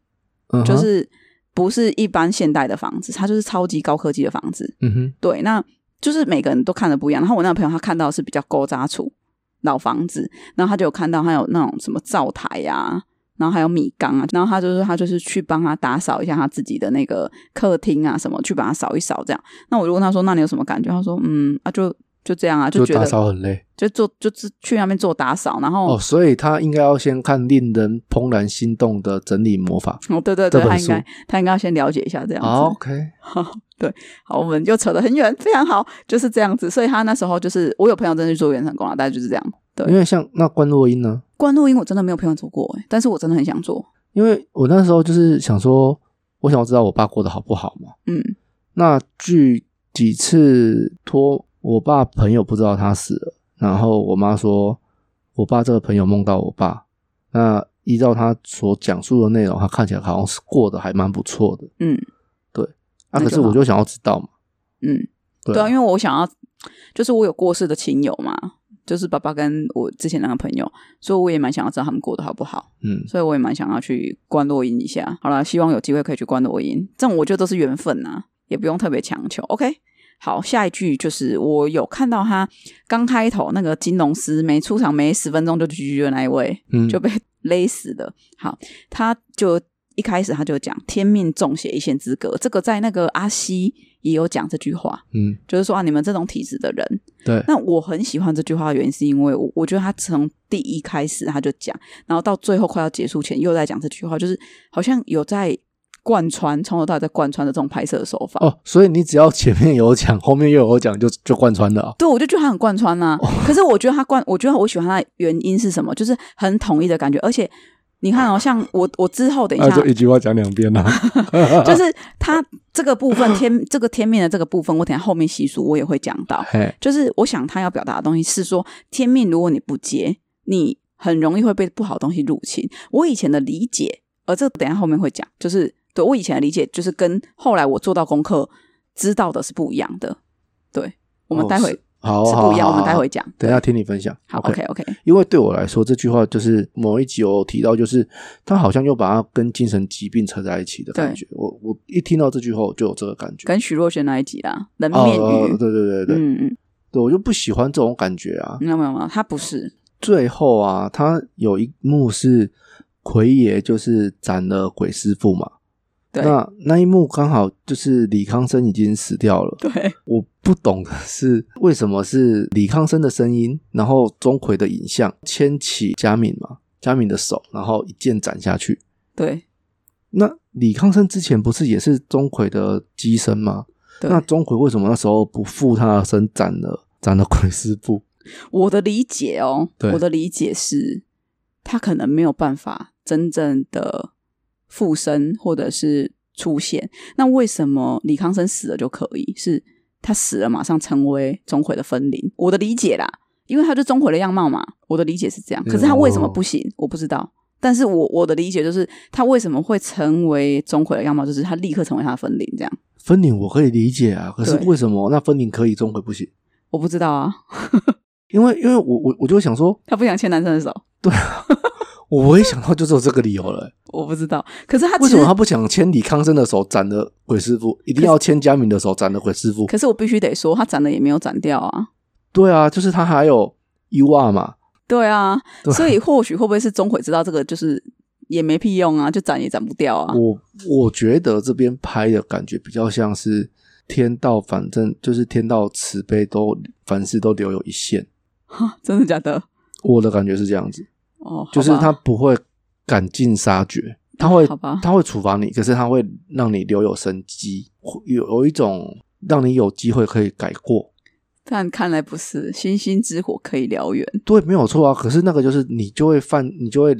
嗯哼就是不是一般现代的房子，它就是超级高科技的房子。嗯哼，对，那就是每个人都看的不一样。然后我那个朋友他看到的是比较勾扎处老房子，然后他就有看到还有那种什么灶台呀、然后还有米缸啊，然后他就说他就是去帮他打扫一下他自己的那个客厅啊什么，去把它扫一扫这样。那我就问他说：“那你有什么感觉？”他说：“嗯啊，就就这样啊，就觉得打扫很累就做就是去那边做打扫，然后哦，所以他应该要先看令人怦然心动的整理魔法。哦对对对，这本他应该书他应该要先了解一下这样子。好 OK，好，我们就扯得很远，非常好，就是这样子。所以他那时候就是我有朋友真的去做原成功了，大概就是这样。对因为像那关洛音呢，关录音我真的没有朋友做过、欸，但是我真的很想做。因为我那时候就是想说，我想要知道我爸过得好不好嘛。嗯，那据几次托我爸朋友不知道他死了，然后我妈说我爸这个朋友梦到我爸，那依照他所讲述的内容，他看起来好像是过得还蛮不错的嗯啊。那可就是好我就想要知道嘛，嗯，对对啊，因为我想要，就是我有过世的亲友嘛，就是爸爸跟我之前那个朋友，所以我也蛮想要知道他们过得好不好，嗯所以我也蛮想要去观落音一下。好啦，希望有机会可以去观落音，这种我觉得都是缘分呐、啊也不用特别强求。OK。好，下一句就是我有看到他刚开头那个金龙师没出场没十分钟就 GG 的那一位，嗯，就被勒死的。好，他就一开始他就讲“天命重写一线之隔”，这个在那个阿西也有讲这句话，嗯就是说啊，你们这种体质的人，对，那我很喜欢这句话的原因是因为我我觉得他从第一开始他就讲，然后到最后快要结束前又在讲这句话，就是好像有在贯穿从头到尾在贯穿的这种拍摄的手法。哦，所以你只要前面有讲， 后面又有讲，就就贯穿的哦。对，我就觉得他很贯穿呐、可是我觉得他贯，我觉得我喜欢他的原因是什么？就是很统一的感觉，而且你看哦，像我我之后等一那下啊就一句话讲两遍啊啦。 就是它这个部分天这个天命的这个部分，我等一下后面习俗我也会讲到。嘿，就是我想他要表达的东西是说，天命如果你不接，你很容易会被不好的东西入侵。我以前的理解，呃，这个等一下后面会讲，就是对我以前的理解，就是跟后来我做到功课知道的是不一样的。对，我们哦待会是好，是不一样，好我们待。好好会讲。等一下听你分享。好 OK， ，OK OK，因为对我来说，这句话就是某一集有提到，就是他好像又把它跟精神疾病扯在一起的感觉。我我一听到这句后就有这个感觉。跟徐若瑄那一集啦，人哦面哦鱼，对对对对，嗯嗯，对我就不喜欢这种感觉啊。没有没有没有，他不是，最后啊，他有一幕是奎爷就是斩了鬼师傅嘛，对那那一幕刚好就是李康生已经死掉了。对我不懂的是为什么是李康生的声音，然后钟馗的影像牵起佳敏嘛，佳敏的手，然后一剑斩下去。对那李康生之前不是也是钟馗的机身吗？对。那钟馗为什么那时候不附他的身斩了斩了鬼师傅？我的理解哦对，我的理解是，他可能没有办法真正的附身或者是出现。那为什么李康生死了就可以？是他死了马上成为钟馗的分灵？我的理解啦，因为他就钟馗的样貌嘛。我的理解是这样，嗯可是他为什么不行？我不知道。但是我我的理解就是，他为什么会成为钟馗的样貌，就是他立刻成为他的分灵，这样分灵我可以理解啊，可是对为什么那分灵可以，钟馗不行？我不知道啊。因为因为我我我就想说，他不想牵男生的手，我唯一想到就只有这个理由了、欸我不知道。可是他其为实什么他不想牵李康生的手斩了鬼师傅，一定要牵佳敏的手斩了鬼师傅？可是我必须得说，他斩的也没有斩掉啊。对啊，就是他还有 U R 嘛，对啊，对所以或许会不会是钟馗知道这个就是也没屁用啊，就斩也斩不掉啊。我我觉得这边拍的感觉比较像是天道，反正就是天道慈悲都凡事都留有一线，哈真的假的？我的感觉是这样子，哦，就是好吧他不会赶尽杀绝。他会好吧，他会处罚你，可是他会让你留有生机，有有一种让你有机会可以改过。但看来不是星星之火可以燎原。对，没有错啊。可是那个就是你就会犯，你就会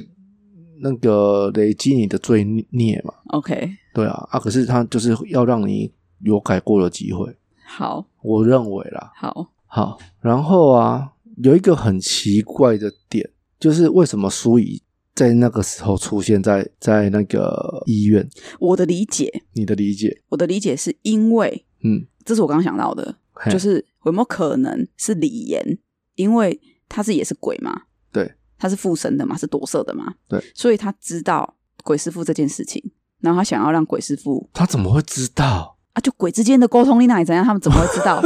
那个累积你的罪孽嘛。 OK，对啊，啊，可是他就是要让你有改过的机会，好我认为啦。好，好，然后啊，有一个很奇怪的点，就是为什么苏怡在那个时候出现在在那个医院？我的理解，你的理解？我的理解是因为嗯，这是我刚刚想到的，嘿就是有没有可能是李岩，因为他自己也是鬼嘛，对，他是附身的嘛，是夺舍的嘛，对，所以他知道鬼师傅这件事情，然后他想要让鬼师傅他怎么会知道？啊，就鬼之间的沟通力那里怎样？他们怎么会知 道？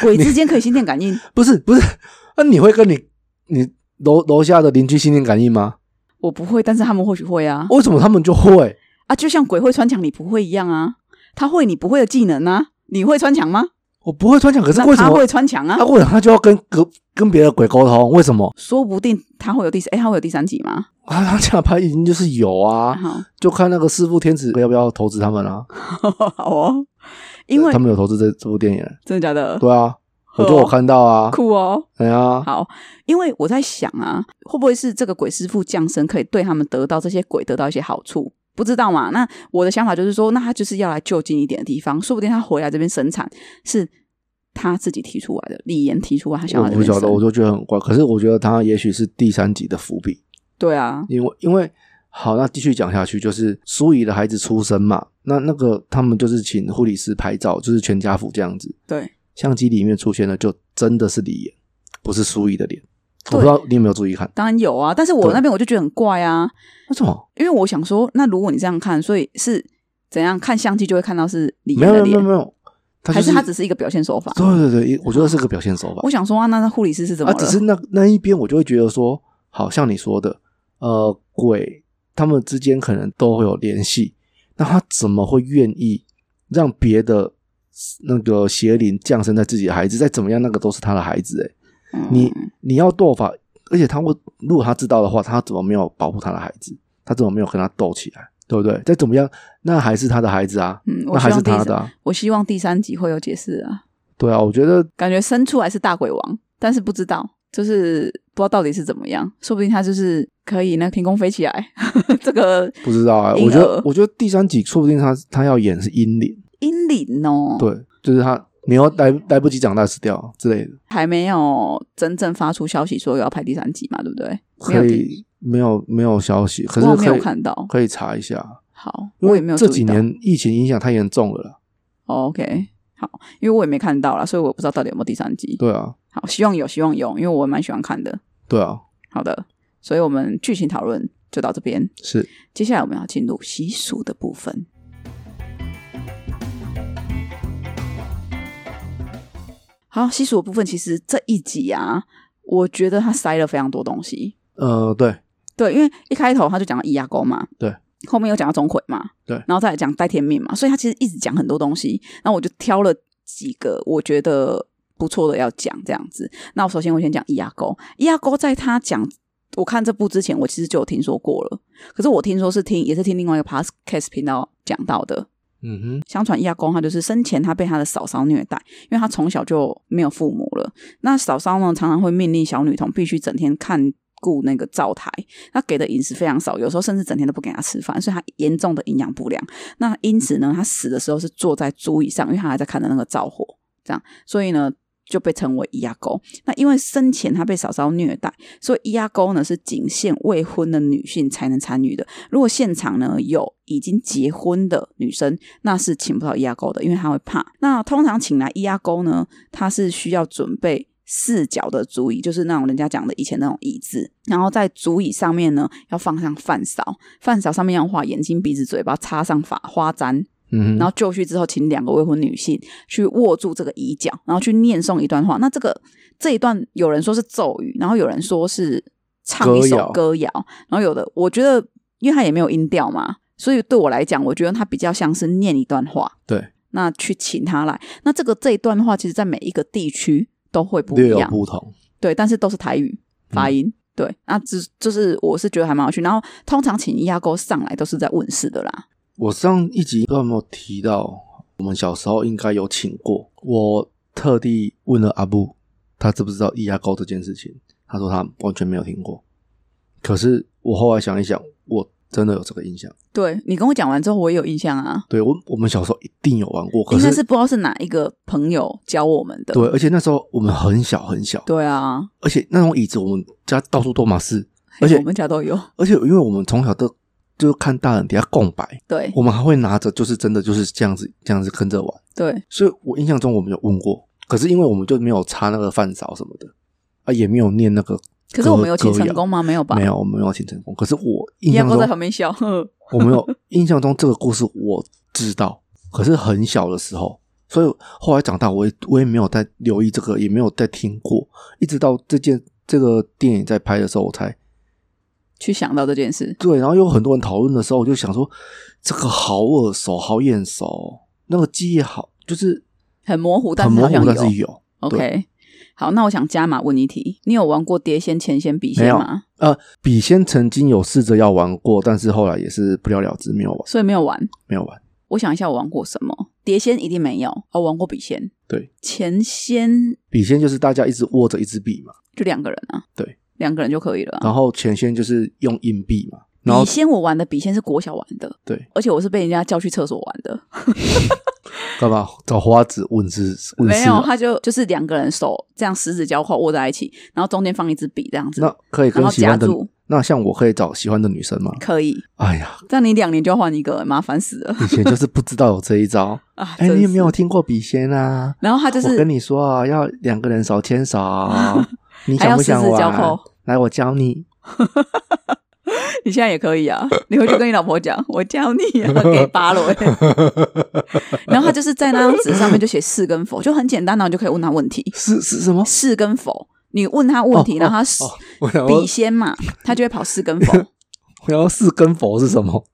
鬼之间可以心电感应？不是不是，那、你会跟你你楼楼下的邻居心电感应吗？我不会，但是他们或许会啊为什么他们就会？啊！就像鬼会穿墙，你不会一样啊。他会你不会的技能啊，你会穿墙吗？我不会穿墙，可是那为什他么会穿墙啊他？为什么他就要跟跟跟别的鬼沟通？为什么说不定他会有第三，哎，他会有第三集吗？啊？他这样拍已经就是有啊， 好，就看那个师傅天子要不要投资他们啊？好哦。因为他们有投资这这部电影，真的假的？对啊，我呵哦就有看到啊，酷哦。哎呀，好，因为我在想啊，会不会是这个鬼师傅降生可以对他们得到这些鬼得到一些好处？不知道嘛？那我的想法就是说，那他就是要来就近一点的地方，说不定他回来这边生产是他自己提出来的，李岩提出来他想我要这不边晓得，生我就觉得很怪。可是我觉得他也许是第三集的伏笔，对啊，因为因为好，那继续讲下去，就是苏怡的孩子出生嘛，那那个他们就是请护理师拍照，就是全家福这样子。对，相机里面出现的就真的是李岩，不是苏怡的脸。我对不知道你有没有注意看，当然有啊，但是我对那边我就觉得很怪啊，为什么？因为我想说，那如果你这样看，所以是怎样看相机就会看到是李没岩有没的有没有没脸，有，他就还是他只是一个表现手法？对对对，我觉得是个表现手法我。想说啊，那那护理师是怎么啊，了？嗯只是那那一边我就会觉得说，好像你说的，呃，鬼他们之间可能都会有联系，那他怎么会愿意让别的那个邪灵降生在自己的孩子？再怎么样，那个都是他的孩子、欸。嗯你你要斗法，而且他会，如果他知道的话，他怎么没有保护他的孩子？他怎么没有跟他斗起来？对不对？再怎么样，那还是他的孩子啊，嗯我那还是希望第他三的、啊。我希望第三集会有解释啊，对啊，我觉得感觉生出来是大鬼王，但是不知道，就是不知道到底是怎么样，说不定他就是可以那凭空飞起来。 这个不知道啊、婴我觉得儿我觉得第三集说不定他他要演是阴灵。阴灵哦，，对，就是他你要来来不及长大死掉之类的，还没有真正发出消息说要拍第三集嘛，对不对？没有可第，以没有没有消息，可我是没可有以看到。可以查一下，好，因我为也没有这注意几到年疫情影响太严重了啦。哦 OK，好，因为我也没看到啦，所以我不知道到底有没有第三集。对啊，好，希望有，希望有，因为我蛮喜欢看的。对啊，好的，所以我们剧情讨论就到这边，是接下来我们要进入习俗的部分。好，习俗的部分其实这一集啊，我觉得他塞了非常多东西。呃，对对，因为一开头他就讲到易牙沟嘛，对，后面又讲到钟馗嘛，对然后再来讲戴天命嘛，所以他其实一直讲很多东西。那我就挑了几个我觉得不错的要讲，这样子。那我首先我先讲易牙沟，易牙沟在他讲我看这部之前，我其实就有听说过了，可是我听说是听也是听另外一个 podcast 频道讲到的。嗯哼，相传亚公他就是生前他被他的嫂嫂虐待，因为他从小就没有父母了。那嫂嫂呢，常常会命令小女童必须整天看顾那个灶台，那给的饮食非常少，有时候甚至整天都不给他吃饭，所以他严重的营养不良。那因此呢，他死的时候是坐在桌椅上，因为他还在看着那个灶火，这样，所以呢。就被称为伊阿沟。那因为生前他被嫂嫂虐待，所以伊阿沟呢是仅限未婚的女性才能参与的。如果现场呢有已经结婚的女生，那是请不到伊阿沟的，因为她会怕。那通常请来伊阿沟呢，她是需要准备四角的竹椅，就是那种人家讲的以前那种椅子，然后在竹椅上面呢要放上饭勺，饭勺上面要画眼睛、鼻子、嘴巴，插上法花簪，嗯然哼，后就绪之后，请两个未婚女性去握住这个椅角，然后去念诵一段话。那这个这一段，有人说是咒语，然后有人说是唱一歌首谣歌谣，然后有的我觉得，因为它也没有音调嘛，所以对我来讲，我觉得它比较像是念一段话。对，那去请他来，那这个这一段话，其实在每一个地区都会不略一有样，不嗯同，对，但是都是台语发音。对，那只就是我是觉得还蛮有趣。然后通常请压沟上来都是在问世的啦，我上一集不知道有没有提到，我们小时候应该有请过，我特地问了阿布，他知不知道易牙膏这件事情，他说他完全没有听过，可是我后来想一想，我真的有这个印象。对你跟我讲完之后，我也有印象啊，对我，我们小时候一定有玩过，可应该是是不知道是哪一个朋友教我们的。对，而且那时候我们很小很小，对啊，而且那种椅子我们家到处都满是，嘿而且哎我们家都有。而且因为我们从小都就是看大人底下供白，对我们还会拿着就是真的就是这样子这样子跟着玩，对，所以我印象中我们有问过，可是因为我们就没有插那个饭勺什么的啊，也没有念那个歌，可是我们有请歌成谣功吗？没有吧？啊没有，我们没有请成功。可是我印压象沟在旁中，边笑。 呵我没有印象中这个故事我知道，可是很小的时候，所以后来长大，我也我也没有再留意这个，也没有再听过，一直到这件这个电影在拍的时候，我才去想到这件事，对。然后有很多人讨论的时候，我就想说，这个好耳熟，好眼熟，那个记忆好，就是很模糊，但很是模好像糊，但有是。有。 OK，好，那我想加码问一题，你有玩过碟仙、前仙、笔没仙有吗？呃，笔仙曾经有试着要玩过，但是后来也是不了了之，没有玩，所以没有玩。没有玩。我想一下，我玩过什么？碟仙一定没有，哦，我玩过笔仙。对，前仙笔仙就是大家一直握着一支笔嘛，就两个人啊，对，两个人就可以了啊、然后前仙就是用硬币嘛，然后笔仙我玩的笔仙是国小玩的，对，而且我是被人家叫去厕所玩的，干嘛找花子问是问没事有，啊？他就就是两个人手这样十指交扣握在一起，然后中间放一支笔这样子，那可以然跟后喜欢的夹住，那像我可以找喜欢的女生 吗？可以。哎呀，这样你两年就要换一个，麻烦死了以前就是不知道有这一 招。啊！哎，真你有没有是？听过笔仙啊？然后他就我是跟你说啊，要两个人手牵手， 你还想要不十想指交玩扣？，来，我教你。你现在也可以啊，你回去跟你老婆讲， 我教你啊，给 八了、欸。然后他就是在那张纸上面就写是跟否，就很简单，然后你就可以问他问题，是是什么？是跟否。你问他问题，哦然后他是哦，我想说笔仙嘛，他就会跑是跟 否。我想说是跟佛是什么？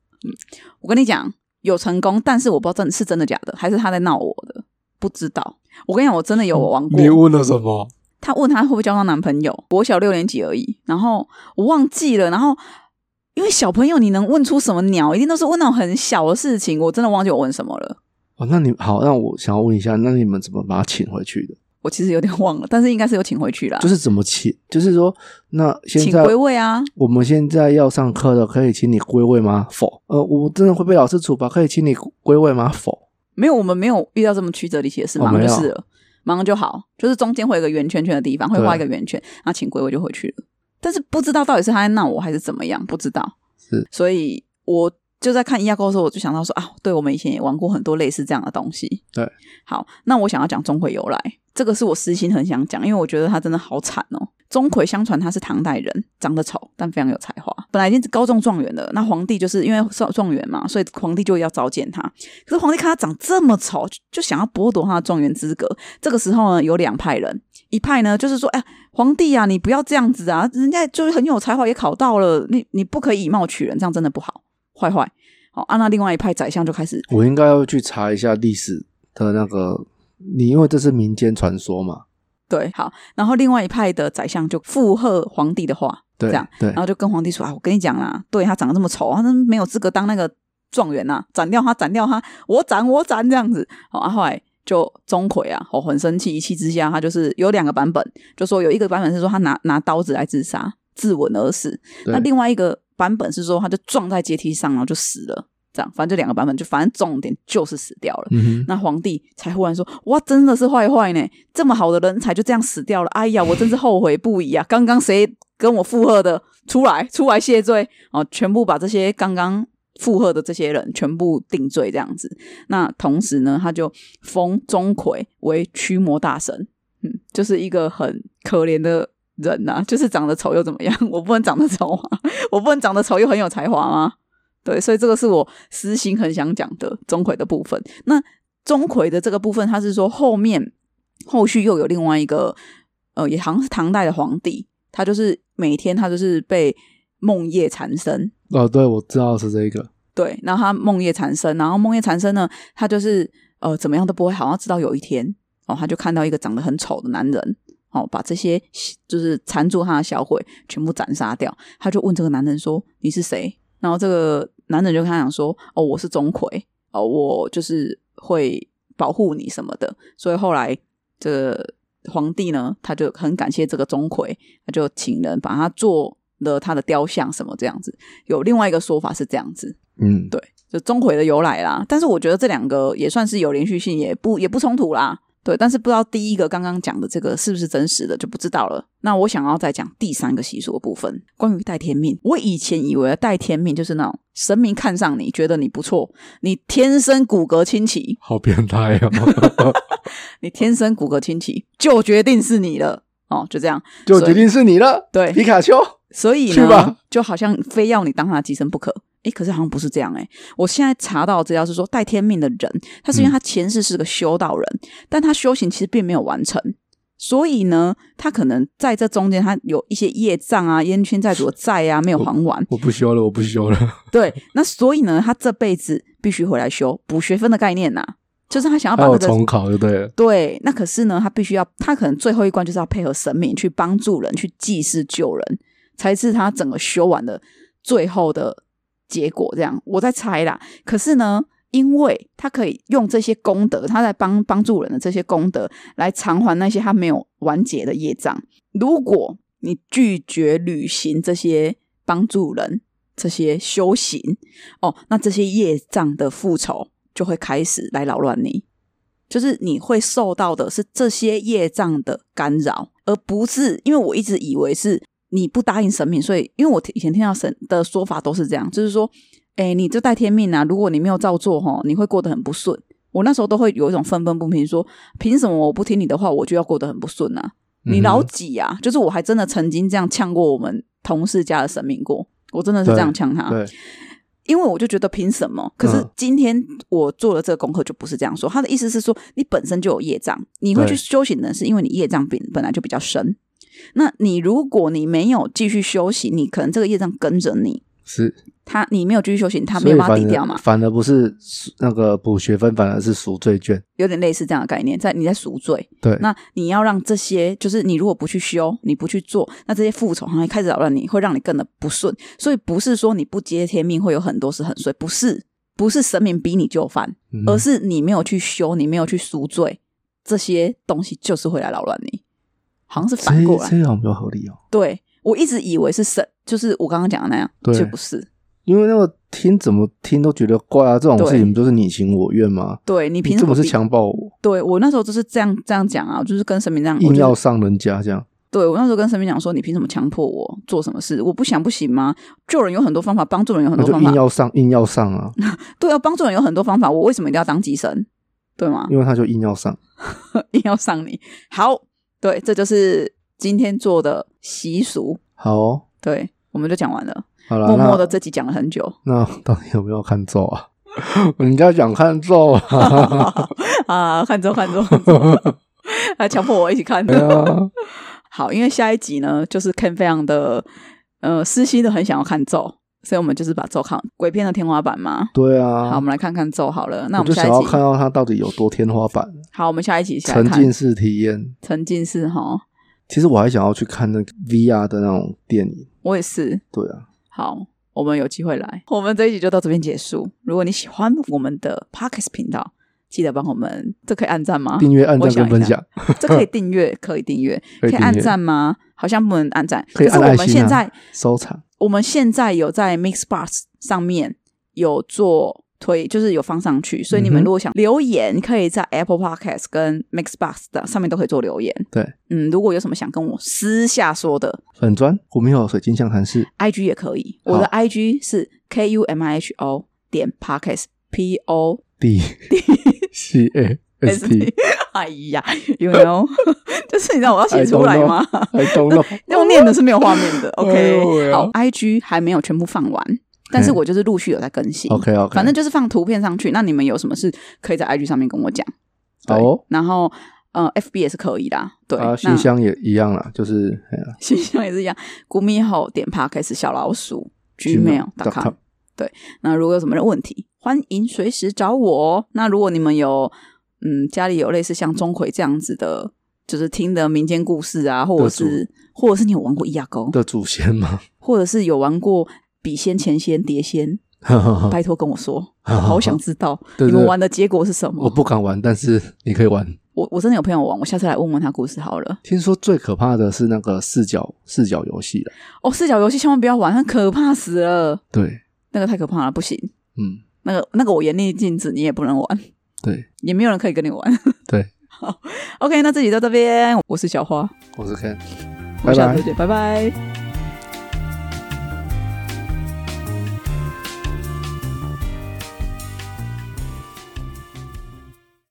我跟你讲，有成功，但是我不知道真是真的假的，还是他在闹我的，不知道。我跟你讲，我真的嗯有玩过。问了什么？他问他会不会交到男朋友，国小六年级而已，然后我忘记了，然后因为小朋友你能问出什么鸟，一定都是问那种很小的事情，我真的忘记我问什么了，哦，那你好，那我想要问一下，那你们怎么把他请回去的？我其实有点忘了，但是应该是有请回去啦，就是怎么请？就是说，那现请在归位啊，我们现在要上课了，可以请你归位吗？否。呃，我真的会被老师处罚，可以请你归位吗？否。没有，我们没有遇到这么曲折离奇的事，哦马上没就有是了，马上就好，就是中间会有一个圆圈圈的地方，会对画一个圆圈，然后请归位就回去了。但是不知道到底是他在闹我还是怎么样，不知道。是，所以我就在看伊亚沟的时候，我就想到说啊，对我们以前也玩过很多类似这样的东西。对，好，那我想要讲钟馗由来，这个是我私心很想讲，因为我觉得他真的好惨哦。钟馗相传他是唐代人，长得丑但非常有才华，本来已经是高中状元了。那皇帝就是因为状状元嘛，所以皇帝就要召见他。可是皇帝看他长这么丑，就就想要剥夺他的状元资格。这个时候呢，有两派人，一派呢就是说，哎，皇帝啊，你不要这样子啊，人家就是很有才华，也考到了，你你不可以以貌取人，这样真的不好，坏坏。好，啊，那另外一派宰相就开始，我应该要去查一下历史的那个，你因为这是民间传说嘛，对，好，然后另外一派的宰相就附和皇帝的话，对这样对然，后就跟皇帝说啊，我跟你讲啦，对他长得这么丑，他真没有资格当那个状元呐、啊斩掉他，斩掉他，我斩我斩这样子。好、啊，后来就钟馗啊，哦，很生气，一气之下，他就是有两个版本，就说有一个版本是说他拿拿刀子来自杀，自刎而死，对那另外一个版本是说他就撞在阶梯上，然后就死了。这样，反正就两个版本，就反正重点就是死掉了。嗯哼，那皇帝才忽然说：“哇，真的是坏坏呢！这么好的人才就这样死掉了，哎呀，我真是后悔不已啊！刚刚谁跟我附和的，出来，出来谢罪！哦，全部把这些刚刚附和的这些人全部定罪，这样子。那同时呢，他就封钟馗为驱魔大神，嗯，就是一个很可怜的。”人呐、就是长得丑又怎么样？ 我不能长得丑啊， 我不能长得丑又很有才华吗？对，所以这个是我私心很想讲的钟馗的部分。那钟馗的这个部分，他是说后面后续又有另外一个，呃，也好像是唐代的皇帝，他就是每天他就是被梦夜缠身，哦，对，我知道是这个，对，然后他梦夜缠身，然后梦夜缠身呢，他就是呃怎么样都不会好，像直到有一天哦，他就看到一个长得很丑的男人。哦，把这些就是缠住他的小鬼全部斩杀掉。他就问这个男人说：“你是谁？”然后这个男人就跟他讲说：“哦，我是钟馗，哦，我就是会保护你什么的。”所以后来这个皇帝呢，他就很感谢这个钟馗，他就请人把他做了他的雕像什么这样子。有另外一个说法是这样子，嗯，对，就钟馗的由来啦。但是我觉得这两个也算是有连续性，也不也不冲突啦。对，但是不知道第一个刚刚讲的这个是不是真实的就不知道了。那我想要再讲第三个习俗的部分，关于戴天命。我以前以为戴天命就是那种神明看上你，觉得你不错，你天生骨骼清奇，好变态哦，你天生骨骼清奇就决定是你了哦，就这样。 就决定是你了，对，皮卡丘，所以去呢吧，就好像非要你当他的寄生不可。诶，可是好像不是这样诶，我现在查到的资料是说，带天命的人，他是因为他前世是个修道人，但他修行其实并没有完成，所以呢，他可能在这中间他有一些业障啊、冤亲债主的债啊没有还完。我不修了，我不修了，对，那所以呢，他这辈子必须回来修补学分的概念呐、就是他想要还把那有个重考就对了，嗯对，那可是呢，他必须要，他可能最后一关就是要配合神明去帮助人，去济世救人，才是他整个修完的最后的结果。这样，我在猜啦。可是呢，因为他可以用这些功德，他在帮帮助人的这些功德，来偿还那些他没有完结的业障。如果你拒绝履行这些帮助人、这些修行，哦，那这些业障的复仇就会开始来扰乱你。就是你会受到的是这些业障的干扰，而不是因为我一直以为是你不答应神明，所以因为我以前听到神的说法都是这样，就是说，哎，你就带天命啊，如果你没有照做哈，你会过得很不顺。我那时候都会有一种愤愤不平说，凭什么我不听你的话，我就要过得很不顺啊？嗯你老几啊？就是我还真的曾经这样呛过我们同事家的神明过，我真的是这样呛他。对，因为我就觉得凭什么？可是嗯今天我做了这个功课就不是这样说，他的意思是说你本身就有业障，你会去对修行呢，是因为你业障本本来就比较深。那你如果你没有继续修行，你可能这个业障跟着你，是，他你没有继续修行，他没所以有办法反抵掉而嘛，反而不是赎那个补学分，反而是赎罪券。有点类似这样的概念，在你在赎罪。对，那你要让这些，就是你如果不去修，你不去做，那这些复仇还开始扰乱你，会让你更的不顺。所以不是说你不接天命会有很多事很衰，不是，不是神明逼你就范，嗯而是你没有去修，你没有去赎罪，这些东西就是会来扰乱你，好像是反过这来。这样比较合理哦。对我一直以为是神，就是我刚刚讲的那样，对就不是。因为那个听怎么听都觉得怪啊，这种对事情不就是你情我愿吗？对你你凭这什么么是逼强暴我，对我那时候就是这样这样讲啊，我就是跟神明这样，我硬就要上人家这样？对我那时候跟神明讲说，你凭什么强迫我做什么事？我不想不行吗？救人有很多方法，帮助人有很那多就方硬法，要上，硬要上 啊，对啊，帮助人有很多方法，我为什么一定要当祭神？对吗？因为他就硬要上。嗯 一定要上你好，对，这就是今天做的习俗，好哦，对，我们就讲完了。好了，默默那的这集讲了很久 那到底有没有看咒啊？ 人家讲看咒 啊，啊，看中看中，看中 还强迫我一起看对啊， 好，因为下一集呢，就是 Ken 非常的呃私心的很想要看咒，所以我们就是把咒看鬼片的天花板嘛。对好，我啊。们来看看咒好了。那我我就们下想一要集看到他到底有多天花板，好，我们下一集先来沉看浸式体验。沉浸式哦哈，其实我还想要去看那个 VR 的那种电影。我也是。对啊，好，我们有机会来。我们这一集就到这边结束。如果你喜欢我们的 Pockets 频道，记得帮我们，这可以按赞吗？订阅、按嗯我赞想跟一分下享，这可以订阅，可以订阅，可以订阅按赞吗？好像不能按赞。可以按是我爱们心啊现在，收藏。我们现在有在 Mixbox 上面有做推，就是有放上去，所以你嗯们哼如果想留言，可以在 Apple Podcast 跟 Mixbox 的上面都可以做留言。对，嗯，如果有什么想跟我私下说的，粉砖，我们有水晶象谈室， I G 也可以。好我的 I G 是 K U M I H O 点 Pockets P O D C A S S T T。哎呀，You know，就是 你知道我要写出来吗？ I don't know。用念的是没有画面的。 哎呦 OK，、喂啊好，I G 还没有全部放完，但是我就是陆续有在更新。 OK OK，反正就是放图片上去。那你们有什么事可以在 I G 上面跟我讲？对好哦然后呃，F B 也是可以啦。对，啊，那信箱也一样啦，就是哎呀 信箱也是一样，古米吼点 Pockets 小老鼠 gmail.com gmail.com。那如果有什么问题，欢迎随时找我哦。那如果你们有嗯家里有类似像钟馗这样子的，就是听的民间故事啊，或者是或者是你有玩过易牙钩，的祖先嘛，或者是有玩过笔仙、钱仙、碟仙，啊拜托跟我说，我好想知道对你对们玩的结果是 什我么。不敢玩，但是你可以玩。我我真的有朋友玩，我下次来问问他故事好了。听说最可怕的是那个视角视角游戏了，哦，视角游戏千万不要玩，那可怕死了，对，那个太可怕了，不行。嗯，那个那个我严令禁止，你也不能玩，对也没有人可以跟你玩。 对， OK，那这集到这边，我是小花。我是 Ken，我们拜下拜次。见，拜拜。